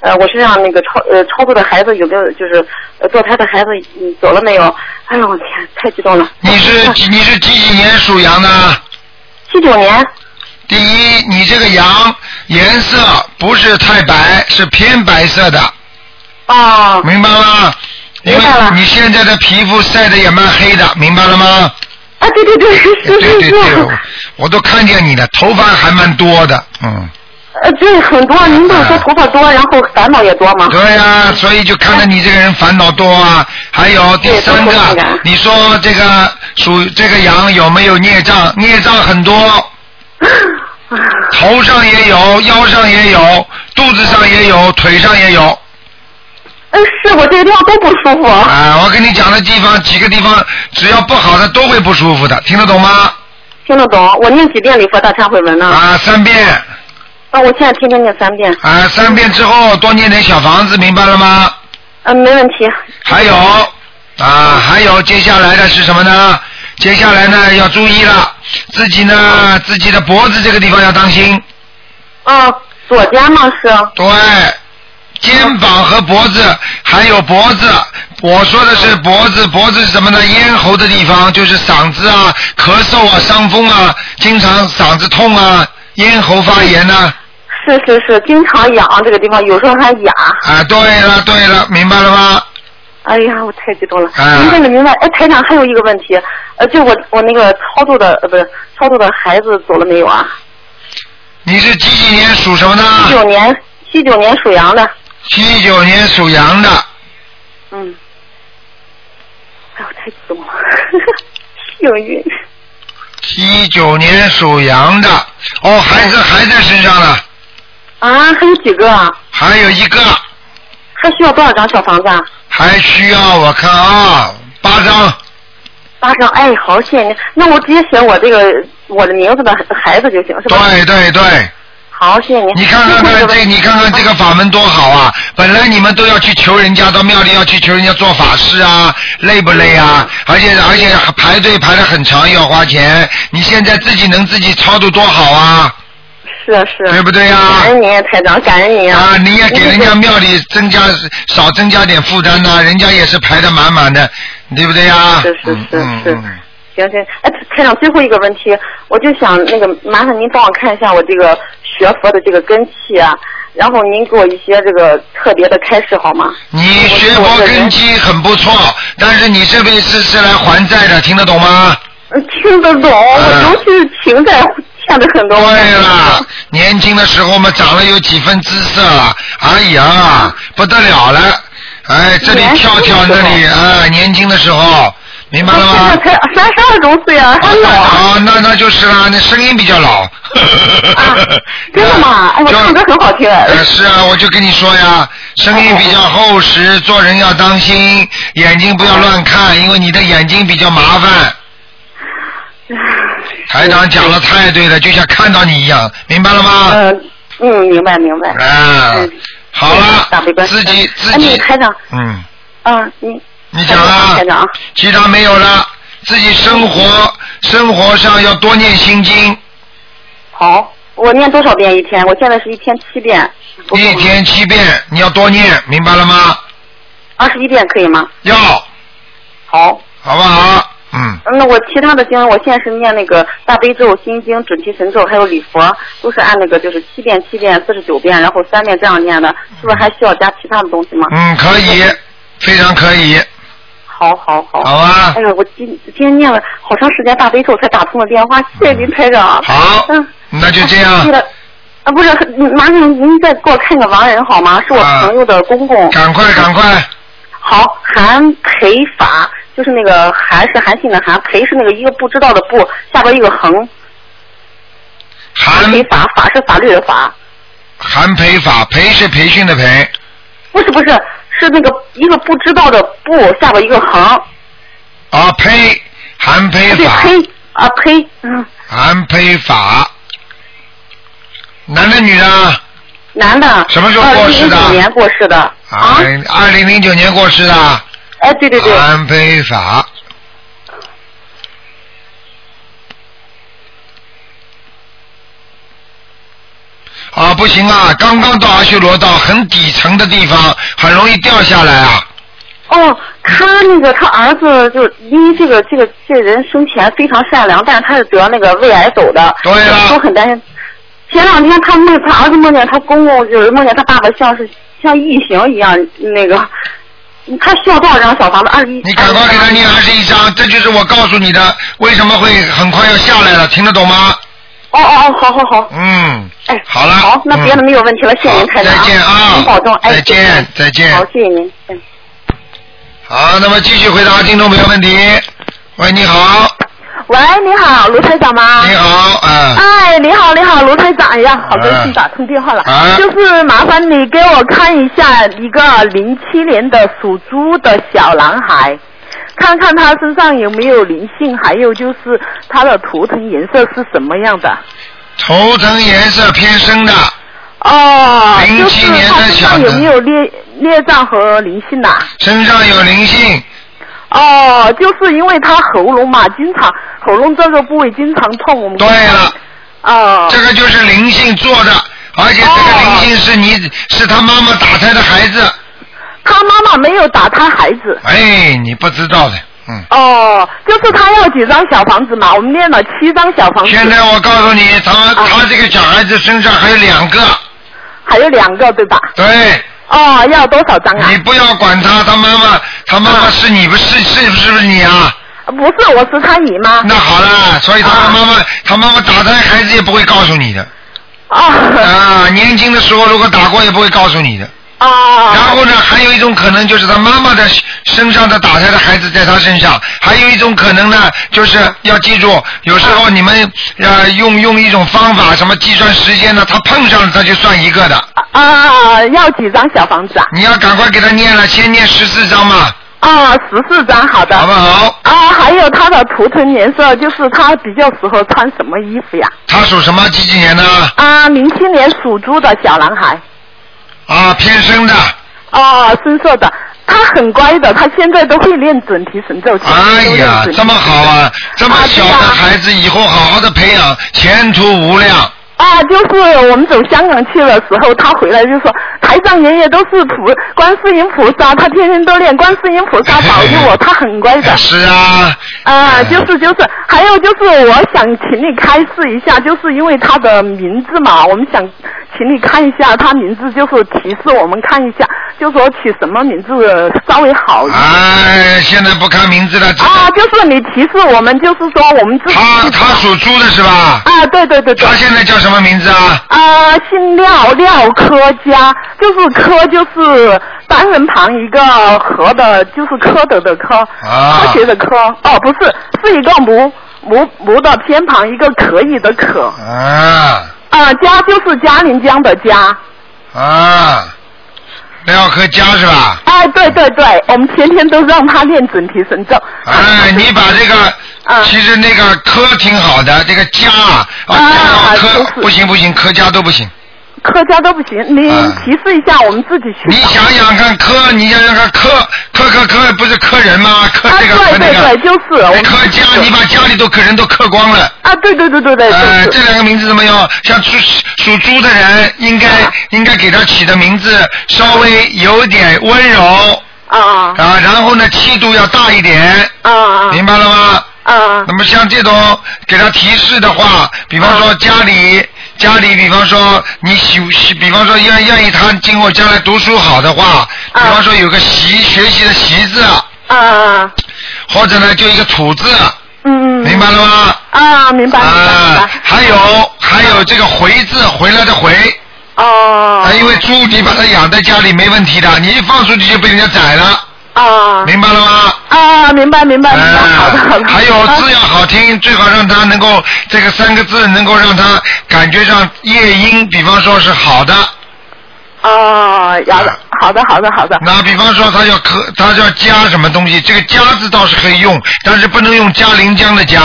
C: 呃，我身上那个超呃超度的孩子有没有就是呃堕胎的孩子嗯走了没有？哎呦我天，太激动了！
A: 你是几你是几几年属羊的？
C: 七九年，
A: 第一，你这个羊颜色不是太白，是偏白色的，
C: 哦，
A: 明白吗？因为
C: 明白了
A: 你现在的皮肤晒的也蛮黑的，明白了吗？
C: 啊对对对，是
A: 对
C: 是
A: 对
C: 是
A: 对，我我都看见你的头发还蛮多的，嗯，
C: 呃对很多，您不是说头发多，然后烦恼也多吗？
A: 对呀、所以就看到你这个人烦恼多啊。还有第
C: 对
A: 三
C: 都是这
A: 个
C: 样，
A: 你说这个属这个羊有没有孽障？孽障很多，
C: 啊
A: 头上也有，腰上也有，肚子上也有，腿上也有。
C: 嗯，是我这个地方都不舒服。
A: 啊、我跟你讲的地方，几个地方只要不好的都会不舒服的，听得懂吗？
C: 听得懂？我念几遍礼佛大忏悔文呢？啊，
A: 啊，三遍，
C: 我现在天天念三遍。
A: 啊，三遍之后多念点小房子，明白了吗？
C: 嗯，没问题。
A: 还有，啊，还有接下来的是什么呢？接下来呢要注意了，自己呢自己的脖子这个地方要当心，
C: 啊，左肩嘛是。
A: 对，肩膀和脖子，还有脖子。我说的
C: 哦
A: 是脖子，脖子是什么呢？咽喉的地方，就是嗓子啊、咳嗽啊、伤风啊，经常嗓子痛啊、咽喉发炎啊呐、
C: 是是是，经常痒这个地方，有时候还哑。
A: 啊。对了对了，明白了吗？
C: 哎呀，我太激动了。
A: 啊
C: 您这个明白？哎，台长还有一个问题，呃，就我我那个超度的呃不是超度的孩子走了没有啊？
A: 你是几几年属什么
C: 七九
A: 呢？
C: 年七九年属羊的。
A: 七九年属羊的，
C: 嗯。哎呦，太激动了。 (laughs) 幸运。
A: 七九年属羊的，
C: 嗯
A: 哦，孩子还在身上了，
C: 啊，还有几个啊？
A: 还有一个，
C: 还需要多少张小房子啊？
A: 还需要我看啊，八张。
C: 八张，哎，好，谢谢您。那我直接写我这个我的名字的孩子就行，是吧？
A: 对对对，
C: 好，谢谢您。
A: (laughs) 你看看
C: 最
A: 看
C: 后一个
A: 这，
C: 问题
A: 你看看这个法门多好啊！本来你们都要去求人家到庙里要去求人家做法事啊，累不累啊？而且而且排队排的很长，又要花钱。你现在自己能自己操作多好啊，
C: 是啊是啊。
A: 对不对啊
C: 感？恩您，台长，感恩您
A: 啊，你也给人家
C: 您
A: 庙里增加少增加点负担呐、人家也是排的满满的，对不对呀、
C: 是是是
A: 嗯
C: 是
A: 嗯嗯
C: 这行行，哎，台长，最后一个问题，我就想那个麻烦您帮我看一下我这个学佛的这个根器啊，然后您给我一些这个特别的开示好吗？
A: 你学佛根基很不错，但是你这辈子是来还债的，听得懂吗？
C: 听得懂，我尤其是情债欠的很多。
A: 啊
C: 啊
A: 对
C: 哦
A: 了，年轻的时候嘛，长了有几分姿色了，哎呀，不得了了，哎，这里跳跳，那里啊，年轻的时候，明白了吗？
C: 现在才三十二周岁啊，还
A: (laughs)
C: 老啊！
A: 啊，那那就是啦，那声音比较老。
C: 真的吗？哎呀，唱歌很好听。
A: 呃，是啊，我就跟你说呀，声音比较厚实，做人要当心，眼睛不要乱看，因为你的眼睛比较麻烦。台长讲的太对了，就像看到你一样，明白了吗？
C: 嗯嗯，明白明白。嗯
A: 啊，好了，
C: 打没关系。
A: 自己自
C: 哎，你
A: 己，
C: 台长，
A: 嗯，
C: 嗯，你
A: 你讲啊
C: 台，长，
A: 其他没有了，自己生活生活上要多念心经，
C: 好，我念多少遍一天？我现在是一天七遍，
A: 一天七遍，你要多念，明白了吗？
C: 二十一遍可以吗？
A: 要，
C: 好，
A: 好不好？嗯，
C: 那我其他的经文，我现在是念那个大悲咒、心经、准提神咒，还有礼佛，都是按那个就是七遍、七遍、四十九遍，然后三遍这样念的，是不是还需要加其他的东西吗？
A: 嗯，可以，非常可以，
C: 好好好。
A: 好啊吧
C: 哎？呦，我今今天念了好长时间大悲咒才打通了电话，谢谢您台长。
A: 好，
C: 嗯，
A: 那就这样
C: 对，了，啊不是，麻烦您再给我看个亡人好吗？是我
A: 啊
C: 朋友的公公。
A: 赶快赶快，
C: 好，韩培法就是那个韩是韩信的韩，培是那个一个不知道的不，下边一个横。韩
A: 韩
C: 培法，法是法律的法，
A: 韩培法，培是培训的培，
C: 不是不是，是那个一个不知道的不，下边一个横。啊
A: 啊呸，韩培
C: 对，
A: 法，
C: 呸啊呸，嗯，
A: 韩培法，男的女的啊？
C: 男的。
A: 什么时候过世的
C: 二零零九年过世的。啊。
A: 哎二零零九年过世的啊，
C: 哎，对对对，
A: 韩培法，啊，不行啊！刚刚到阿修罗道，很底层的地方，很容易掉下来啊。
C: 哦，他那个他儿子就是因为这个这个这个人生前非常善良，但是他是得那个胃癌走的，
A: 对了
C: 都很担心。前两天他梦他儿子梦见他公公就是梦见他爸爸像是像异形一样那个，他需要多少张小房子？二十一。
A: 你赶快给他
C: 啊
A: 念二十一章，这就是我告诉你的，为什么会很快要下来了，听得懂吗？
C: 哦哦哦，好好好，
A: 嗯，
C: 哎，
A: 好了
C: 好，那别的
A: 嗯
C: 没有问题了，谢谢您
A: 好
C: 台长，
A: 再见啊
C: 您保重，哎，
A: 再见
C: 谢谢您
A: 再见
C: 好，谢谢您，嗯。
A: 好，那么继续回答听众朋友问题。喂，你好，
C: 啊
F: 喂，你好，卢台长吗？
A: 你好，啊，
F: 哎，你好，你好，卢台长，哎呀，好高兴打通电话了。
A: 啊
F: 就是麻烦你给我看一下一个零七年的属猪的小男孩，看看他身上有没有灵性，还有就是他的图腾颜色是什么样的。
A: 头层颜色偏深的，
F: 哦，
A: 07
F: 就是
A: 年
F: 他
A: 的
F: 身
A: 小
F: 上
A: 男
F: 有没有孽孽障和灵性呐、
A: 身上有灵性，
F: 哦，就是因为他喉咙嘛，经常喉咙这个部位经常痛，我们
A: 对了，
F: 哦
A: 这个就是灵性做的，而且这个灵性是你是他妈妈打胎的孩子，
F: 他妈妈没有打他孩子。
A: 哎，你不知道的，嗯。
F: 哦，就是他要几张小房子嘛，我们练了七张小房子，
A: 现在我告诉你，他他这个小孩子身上还有两个，
F: 还有两个对吧？
A: 对，
F: 哦，要多少张啊
A: 你？不要管他，他妈妈，他妈妈是你不是是是不是你啊？
F: 不是，我是他姨妈。
A: 那好了，所以他
F: 啊
A: 妈妈，他妈妈打胎孩子也不会告诉你的
F: 哦
A: 啊。年轻的时候如果打过也不会告诉你的。
C: 啊
F: 哦
A: 然后呢，还有一种可能就是他妈妈的身上的打胎的孩子在他身上，还有一种可能呢，就是要记住，有时候你们呃用用一种方法，什么计算时间呢，他碰上了他就算一个的。
F: 啊，要几张小房子啊？
A: 你要赶快给他念了，先念十四章嘛，
F: 啊，十四张，好的。
A: 好不好？
F: 啊，还有他的图腾颜色，就是他比较适合穿什么衣服呀？
A: 他属什么？几几年的？
F: 啊，零七年属猪的小男孩，
A: 啊，偏生的。
F: 哦，深色的，他很乖的，他现在都会练准提神咒。
A: 哎
F: 都练
A: 呀
F: 准，提
A: 这么好啊！这么小的孩子，以后好好的培养，前途无量。
F: 啊，就是我们走香港去的时候，他回来就说，台长爷爷都是菩观世音菩萨，他天天都练观世音菩萨保佑我，他很乖的。
A: 是啊，
F: 啊，就是就是，还有就是，我想请你开示一下，就是因为他的名字嘛，我们想
C: 请你看一下他名字，就是提示我们看一下，就说取什么名字稍微好一点。
A: 哎，现在不看名字了，知道
C: 啊，就是你提示我们，就是说我们自己
A: 他他属猪的是吧？
C: 啊，对对对对。
A: 他现在叫什么名字啊？
C: 啊，姓廖，廖科家，就是科就是单人旁一个和的，就是科德的科，
A: 啊
C: 科学的科。哦，不是，是一个母母母的偏旁一个可以的可。
A: 啊
C: 啊，家就是嘉陵江的家。
A: 啊，廖克家是吧？
C: 哎，对对对，我们天天都让他练准提神咒。
A: 哎，
C: (laughs)
A: 你把这个，
C: 啊
A: 其实那个科挺好的，这个家啊，
C: 啊
A: 科
C: 就是
A: 不行不行，科家都不行。
C: 客家都不行，您
A: 啊
C: 提示一下，我们自己去
A: 你
C: 找。
A: 想想看，科，你想想看，科科科科不是科人吗？科
C: 啊，
A: 这个科
C: 对
A: 那
C: 对对，
A: 个，哎
C: 就是我们
A: 科家，你把家里都科人都科光了。
C: 啊，对对对对对，
A: 呃，
C: 就
A: 这
C: 是
A: 两个名字怎么样？像属属猪的人，应该、
C: 啊
A: 应该给他起的名字稍微有点温柔
C: 啊
A: 啊，然后呢气度要大一点，
C: 啊啊
A: 明白了吗？
C: 啊
A: 那么像这种给他提示的话，比方
C: 啊
A: 说家里。家里，比方说你喜喜，比方说愿愿意他今后将来读书好的话，比方说有个习学习的习字，
C: 啊啊，
A: 或者呢就一个土字，
C: 嗯
A: 明白了吗？
C: 啊，明白明白明
A: 啊
C: 白，，
A: 还有还有这个回字，回来的回，
C: 哦
A: 啊，因为猪你把它养在家里没问题的，你一放出去就被人家宰了，
C: 啊
A: 明白了吗？
C: 啊，明白明白明白， (laughs) 好的好
A: 嗯，
C: 的。
A: 还有字
C: 啊
A: 要好听，最好让它能够这个三个字能够让它感觉上夜莺，比方说是好的，
C: 哦，要
A: 啊
C: 的，好的好的好的，
A: 那比方说它要可它要加什么东西，这个加字倒是可以用，但是不能用加临江的加，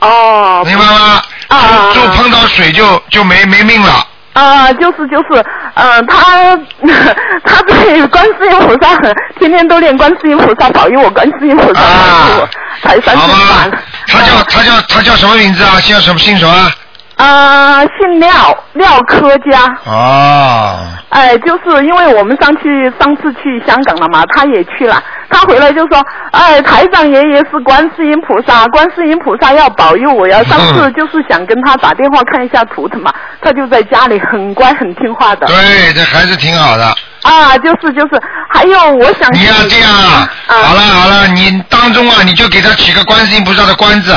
C: 哦，
A: 明白吗？
C: 啊啊啊
A: 猪猪碰到水就就没没命了。
C: 啊、就是就是，呃，他 (laughs) 他对观世音菩萨很，天天都练观世音菩萨保佑我，观世音菩萨保佑我，
A: 啊
C: 才三
A: 好
C: 十
A: 吧
C: 万。，嗯
A: 他叫他叫他叫什么名字啊？姓什么姓什么？
C: 啊、姓廖，廖科家。
A: 哦，
C: 哎，就是因为我们上去上次去香港了嘛，他也去了，他回来就说，哎，台长爷爷是观世音菩萨，观世音菩萨要保佑我呀。上次
A: 嗯
C: 就是想跟他打电话看一下图腾嘛，他就在家里很乖很听话的。
A: 对，这孩子挺好的。
C: 啊，就是就是，还有我想
A: 你要这样啊，
C: 啊
A: 好了好了，你当中啊，你就给他取个观世音菩萨的观字。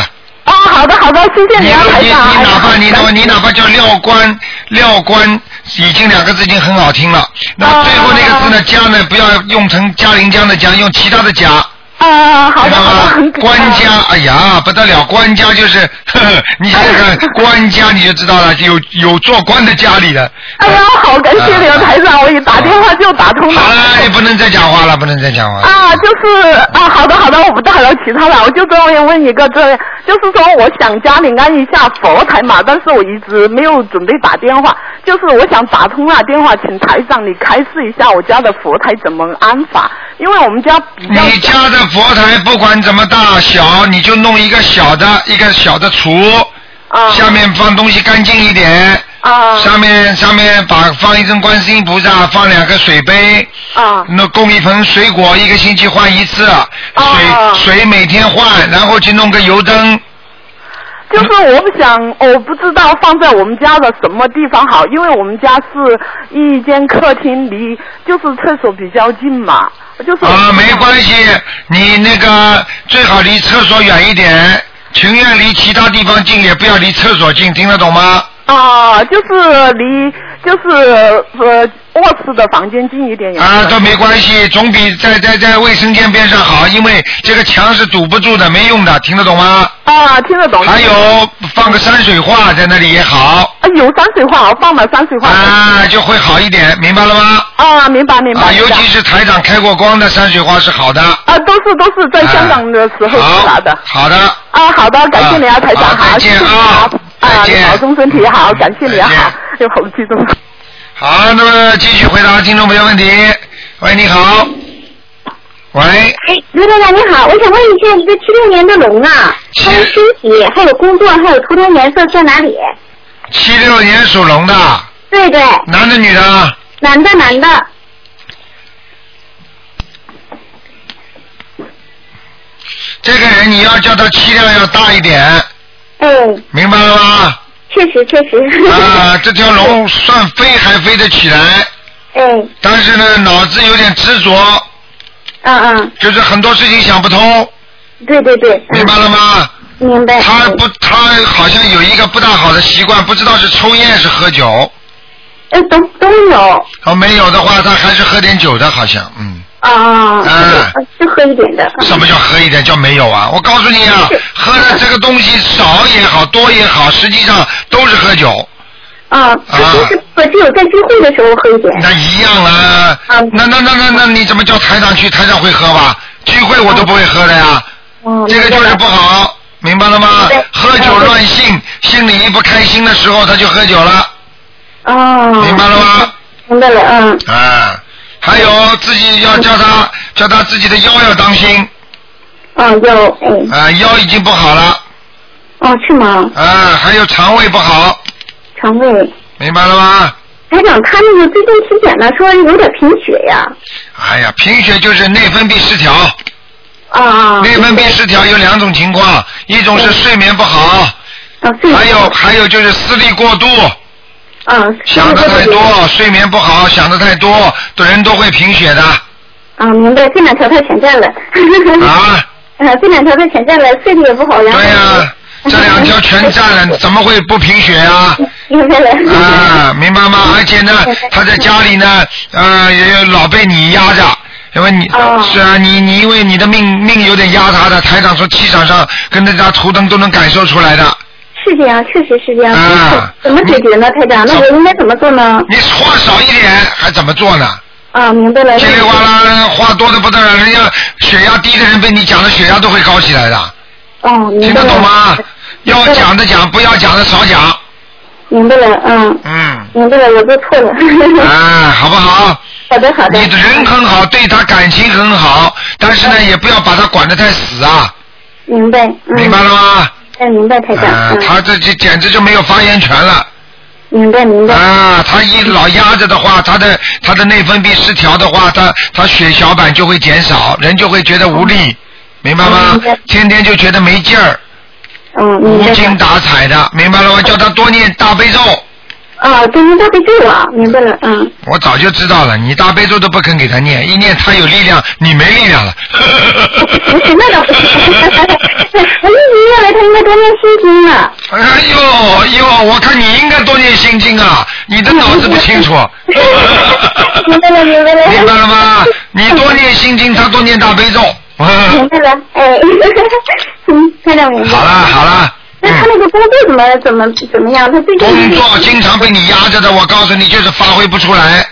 C: 哦，好的好的，谢谢
A: 你
C: 你啊，台
A: 你
C: 长。
A: 你
C: 哎
A: 哪怕你哪怕
C: 哎
A: 你哪怕叫廖官廖官，已经两个字已经很好听了。那
C: 啊
A: 么最后那个字呢，家呢不要用成嘉陵江的江，用其他的家。
C: 啊，好
A: 知
C: 的
A: 道
C: 好的，
A: 吗
C: 很？啊感
A: 官家，哎呀，不得了，官家就是， (laughs) 呵呵你想想看，官家你就知道了，有有做官的家里的。
C: 哎呀，好感谢你啊，台长，我一打电话就打通了。
A: 嗯好了，哎你不能再讲话了，不能再讲话了。
C: 啊，就是啊，好的好的，我不打扰其他了，我就专门问一个这，就是说我想家里安一下佛台嘛，但是我一直没有准备打电话，就是我想打通了电话，请台长你开示一下我家的佛台怎么安法，因为我们家比较
A: 你家的佛台不管怎么大小，你就弄一个小的一个小的橱，
C: 啊
A: 下面放东西干净一点，
C: 啊
A: 上面上面把放一尊观世音菩萨，放两个水杯，
C: 啊
A: 那供一盆水果，一个星期换一次，
C: 哦
A: 水水每天换，然后去弄个油灯。
C: 就是我想，我不知道放在我们家的什么地方好，因为我们家是一间客厅，离就是厕所比较近嘛，就是我
A: 啊，
C: 们
A: 没
C: 家
A: 关系，你那个最好离厕所远一点，情愿离其他地方近，也不要离厕所近，听得懂吗？
C: 啊，就是离就是呃卧室的房间近一点也
A: 啊，
C: 行
A: 都没关系，总比在在在卫生间边上好，因为这个墙是堵不住的，没用的，听得懂吗？
C: 啊，听得懂。
A: 还有放个山水画在那里也好，
C: 啊有山水画，我放了山水画。
A: 啊，就会好一点，明白了吗？
C: 啊，明白明白。
A: 啊，
C: 明
A: 尤
C: 白
A: 其是台长开过光的山水画是好的。
C: 啊，都是都是在香港的时候
A: 啊
C: 出来的。
A: 好好的。
C: 啊，好的，感谢你啊，
A: 啊
C: 台长，
A: 啊
C: 好，
A: 再
C: 谢
A: 见
C: 谢你
A: 啊
C: 啊，啊，
A: 再
C: 你
A: 见嗯
C: 保重身体，好，感谢你啊，
A: 再见
C: 好，又好激动。
A: 好，那么继续回答听众朋友问题。喂，你好。喂，
G: 哎，刘台长你好，我想问一下，一个七六年的龙啊，他的身体、还有工作、还有图腾颜色在哪里？
A: 七六年属龙的，
G: 对对，
A: 男的女的？
G: 男的男的，
A: 这个人你要叫他气量要大一点，
G: 哎，
A: 明白了吗？
G: 确实确实。 (laughs)
A: 啊，这条龙算飞还飞得起来。
G: 嗯。
A: 但是呢，脑子有点执着。
G: 嗯嗯。
A: 就是很多事情想不通。
G: 对对对。嗯
A: 明白了吗？
G: 明白。
A: 他不，他好像有一个不大好的习惯，不知道是抽烟是喝酒。
G: 哎，都都有。
A: 哦，没有的话，他还是喝点酒的，好像，嗯。
G: 啊、
A: 啊
G: 就喝一点的。
A: 什么叫喝一点叫没有啊？我告诉你啊，喝的这个东西少也好，多也好，实际上都是喝酒。
G: 啊，就是我只有在聚会的时候喝一点。
A: 那一样啦。那那那那那，你怎么叫台长去？台长会喝吧？聚会我都不会喝的呀。
G: 哦。
A: 这个就是不好，明白了吗？喝酒乱性，心里一不开心的时候他就喝酒了。
G: 哦。
A: 明白了吗？
G: 明白了，嗯。
A: 啊，还有自己要叫他叫他自己的腰要当心。
G: 嗯，有，嗯。
A: 啊，腰已经不好了。
G: 哦，是吗？
A: 啊，还有肠胃不好，
G: 肠胃。
A: 明白了吗？
G: 台长，他那个最近体检呢，说有点贫血呀。
A: 哎呀，贫血就是内分泌失调。
G: 啊
A: 内分泌失调有两种情况，一种是睡眠不好，
G: 啊
A: 还有还有就是思虑过度，
G: 嗯。
A: 想的太多，睡眠不好，想的太多，人都会贫血的。
G: 啊，明白。这两条他全占了。
A: 啊。
G: 呃，这两条他全占了，睡得也不好，然后。对呀、 (laughs)
A: 这两条全占了，怎么会不贫血啊？
G: 明白了。
A: 啊，明白
G: 嗯
A: 吗？而且呢，他在家里呢，呃，也老被你压着，因为你、
G: 哦
A: 是啊，你你因为你的命命有点压他的，台长说气场上跟大家图腾都能感受出来的。
G: 是这样，确实是这样。啊。怎么解决呢，台长？那我应该怎么做呢？
A: 你话少一点，还怎么做呢？
G: 啊，明白了。
A: 叽里呱啦话多的不得了，人家血压低的人被你讲的血压都会高起来的，
G: 哦，明
A: 听
G: 白
A: 得
G: 了。
A: 懂吗？要讲的讲，不要讲的少讲。
G: 明白了，嗯。 (laughs)
A: 嗯。
G: 明白了，我做错了。
A: 啊，好不好？
G: 好的，好的。
A: 你人很好，对他感情很好，但是呢，也不要把他管得太死啊，
G: 明白。嗯、
A: 明白了吗？
G: 哎，明白，台长。
A: 啊，他这这简直就没有发言权了。
G: 明白明
A: 白。啊，他一老压着的话，他的他的内分泌失调的话，他他血小板就会减少，人就会觉得无力，明白吗？天天就觉得没劲儿，
G: 嗯，明
A: 无
G: 白。
A: 精打采的，明白了吗？叫他多念大悲咒。
G: 啊，对，您大悲咒啊，明白了，嗯。
A: 我早就知道了，你大悲咒都不肯给他念，一念他有力量，你没力量了。 (laughs)
G: 不是那倒不是， (laughs) 我一直认为他应该多念心经啊。
A: 哎呦呦，我看你应该多念心经啊，你的脑子不清
G: (laughs)
A: 楚。
G: 明白了，明白了。
A: 明白了吗？你多念心经，他多念大悲咒。
G: 明白了，哎，嗯，台长明白。
A: 好啦好啦。嗯
G: 那他那个工作怎么怎么怎么哎样？他最近
A: 工作经常被你压着的，我告诉你，就是发挥不出来。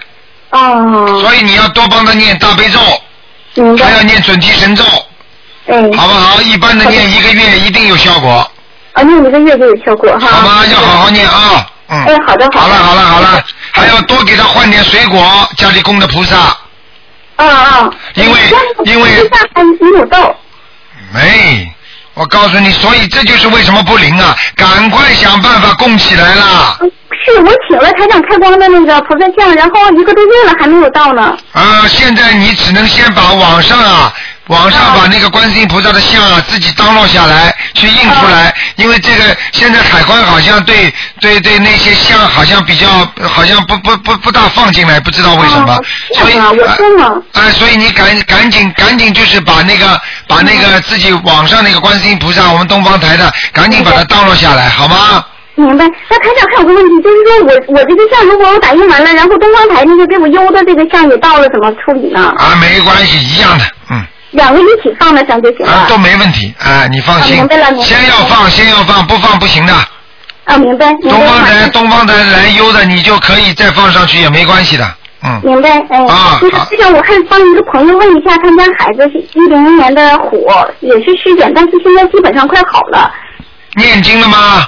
G: 哦。
A: 所以你要多帮他念大悲咒，还要念准提神咒。
G: 嗯。
A: 好不好？一般的念一个月一定有效果，
G: 啊，念一个月就有效果哈。
A: 好吗？要好好念啊。嗯。
G: 哎，好的，
A: 好了好了好了，还要多给他换点水果，家里供的菩萨。
G: 啊啊。
A: 因为因为
G: 大番鸡母豆。
A: 没，我告诉你，所以这就是为什么不灵啊！赶快想办法供起来啦！
G: 是我请了台长开光的那个菩萨像，然后一个多月了还没有到呢。
A: 啊，现在你只能先把网上啊，网上把那个观世音菩萨的像啊自己当落下来，去印出来，因为这个现在海关好像对对对那些像好像比较好像不不不不大放进来，不知道为什
G: 哦
A: 么，所以啊、哎所以你赶赶紧赶紧就是把那个把那个自己网上那个观世音菩萨，我们东方台的赶紧把它当落下来，好吗？
G: 明白。那台长还有个问题，就是说我我这个像如果我打印完了，然后东方台那个给我邮的这个像也到了，怎么处理呢？
A: 啊，没关系，一样的，嗯。
G: 两个一起放了上就行了。
A: 啊，都没问题啊，你放心。
G: 啊明白了明白了
A: 先要放，先要放，不放不行的。
G: 啊，明白，明
A: 东
G: 白，
A: 方台，东方台来优的，你就可以再放上去也没关系的。嗯，
G: 明白，哎，
A: 啊
G: 就是
A: 好
G: 这个，我还帮一个朋友问一下，他们家孩子是一零年的虎，也是尸检，但是现在基本上快好了。
A: 念经了吗？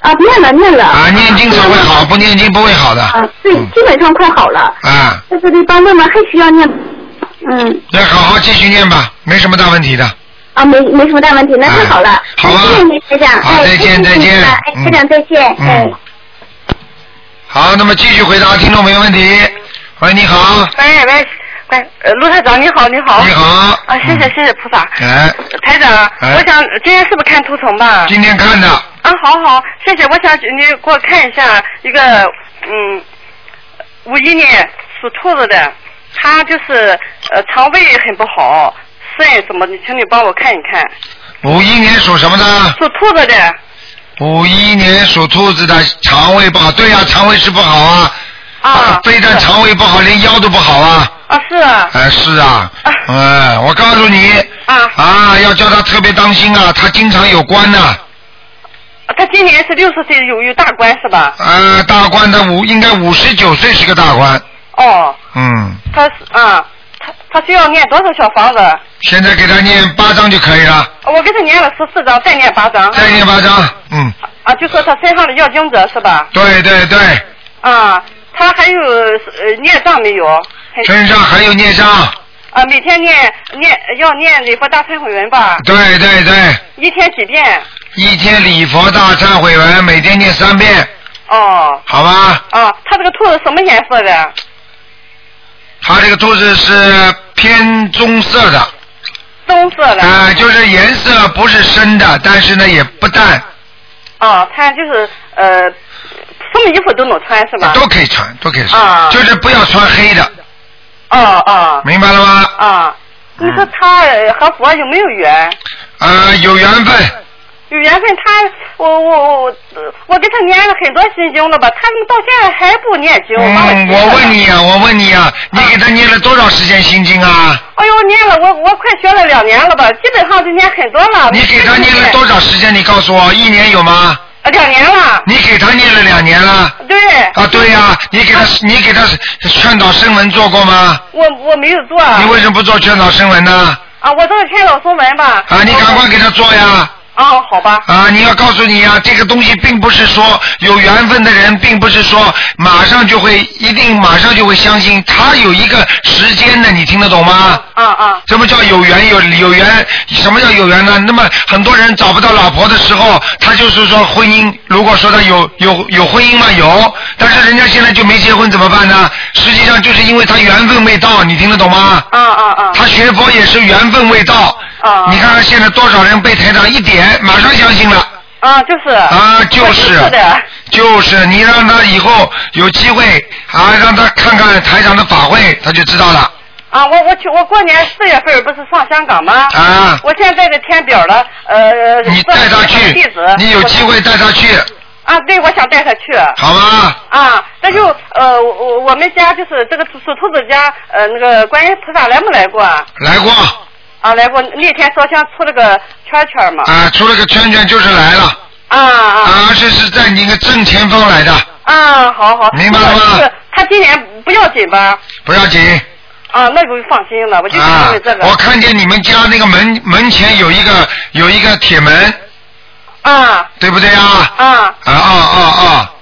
G: 啊，念了念了。
A: 啊，念经才会好，嗯不念经不会好的。
G: 啊，对，基本上快好了。
A: 啊，
G: 但是这帮问问还需要念，嗯，
A: 那好好继续念吧，没什么大问题的。
G: 啊，没没什么大问题，那太好了。
A: 哎好吧
G: 谢谢您，台长，
A: 好
G: 哎，
A: 再见
G: 谢谢您
A: 再见
G: 了哎，台长再见，
A: 嗯
G: 哎。
A: 好，那么继续回答听众朋友问题。喂，你好，
H: 喂喂喂，呃陆台长你好，你好。
A: 你好。
G: 啊
H: 啊，谢谢谢谢菩萨。
A: 哎，
H: 台长，
A: 哎
H: 我想今天是不是看图腾吧？
A: 今天看的。
H: 啊，啊，好好，谢谢。我想你给我看一下一个，嗯，五一年属兔子的，他就是呃肠胃很不好，肾怎么？你请你帮我看一看。
A: 五一年属什么的？
H: 属兔子的，
A: 五一年属兔子的肠胃不好，对呀、肠胃是不好啊。啊。非但肠胃不好，连腰都不好啊。
H: 啊是啊，
A: 哎，是啊，哎、我告诉你，
H: 啊
A: 要叫他特别当心啊，他经常有关呐、
H: 他今年是六十岁，有有大关是吧？
A: 呃，大官的五应该五十九岁是个大官，
H: 哦，
A: 嗯，
H: 他是啊，他他需要念多少小房子？
A: 现在给他念八章就可以了，
H: 我给他念了十四章，再念八章。
A: 再念八章，嗯，
H: 啊，就说他身上的药精者是吧？
A: 对对对，
H: 啊，他还有呃孽障没有？还
A: 身上还有孽障，
H: 啊，每天念念要念礼佛大忏悔文吧，
A: 对对对，
H: 一天几遍？
A: 一天礼佛大忏悔文，每天念三遍，
H: 哦，
A: 好吧？
H: 啊，他这个兔子什么颜色的？
A: 他这个兔子是偏棕色的，
H: 棕色的。
A: 啊、就是颜色不是深的，但是呢也不淡，
H: 啊，他就是呃，什么衣服都能穿是吧？
A: 都可以穿，都可以穿，
H: 啊
A: 就是不要穿黑的，
H: 哦哦
A: 明白了吗？
H: 啊，你说他呃和佛有没有缘？
A: 呃，有缘分，
H: 有缘分他，我我我呃我给他念了很多心经了吧，他怎么到现在还不念经？把我
A: 嗯，
H: 气死了
A: 我问你呀、我问你呀、啊你给他念了多少时间心经啊？
H: 哎呦，念了我我快学了两年了吧，基本上就念很多了。
A: 你给他念了多少时间？你告诉我，一年有吗？
H: 呃？两年了。
A: 你给他念了两年了。
H: 对。
A: 啊，对呀、你给他，你给他劝导声闻做过吗？
H: 我我没有做。
A: 你为什么不做劝导声闻呢？
H: 啊，我都是劝老松文吧。
A: 啊，你赶快给他做呀！
H: 啊，好吧。
A: 啊，你要告诉你啊，这个东西并不是说有缘分的人，并不是说马上就会一定马上就会相信，他有一个时间的，你听得懂吗？
H: 啊啊。
A: 什么叫有缘有有缘？什么叫有缘呢？那么很多人找不到老婆的时候，他就是说婚姻，如果说他有有有婚姻嘛有，但是人家现在就没结婚怎么办呢？实际上就是因为他缘分未到，你听得懂吗？
H: 啊啊啊！
A: 他学佛也是缘分未到。啊。你看看现在多少人被台长一点，马上相信了。
H: 啊，就是。
A: 啊，
H: (laughs)
A: 就是。
H: 我的。
A: 就是你让他以后有机会啊，让他看看台长的法会，他就知道了。
H: 啊，我我去，我过年四月份不是上香港吗？
A: 啊。
H: 我现在的填表了，呃。
A: 你带他去
H: 地址。，
A: 你有机会带他去，
H: 啊，对，我想带他去。
A: 好吗？
H: 啊，那就呃，我我我们家就是这个属兔子家，呃，那个观音菩萨来没来过啊？
A: 来过
H: 啊，来过。那天烧香出了个圈圈嘛。
A: 啊，出了个圈圈就是来了。
H: 啊啊。
A: 而是是在你的正前方来的，
H: 啊，好好。
A: 明白了吗
H: 就是他今年不要紧吧？
A: 不要紧。
H: 啊，那就放心了，我就
A: 啊
H: 因为这个。
A: 我看见你们家那个门门前有一个有一个铁门，
H: 啊
A: 对不对啊？
H: 啊，
A: 啊啊啊啊！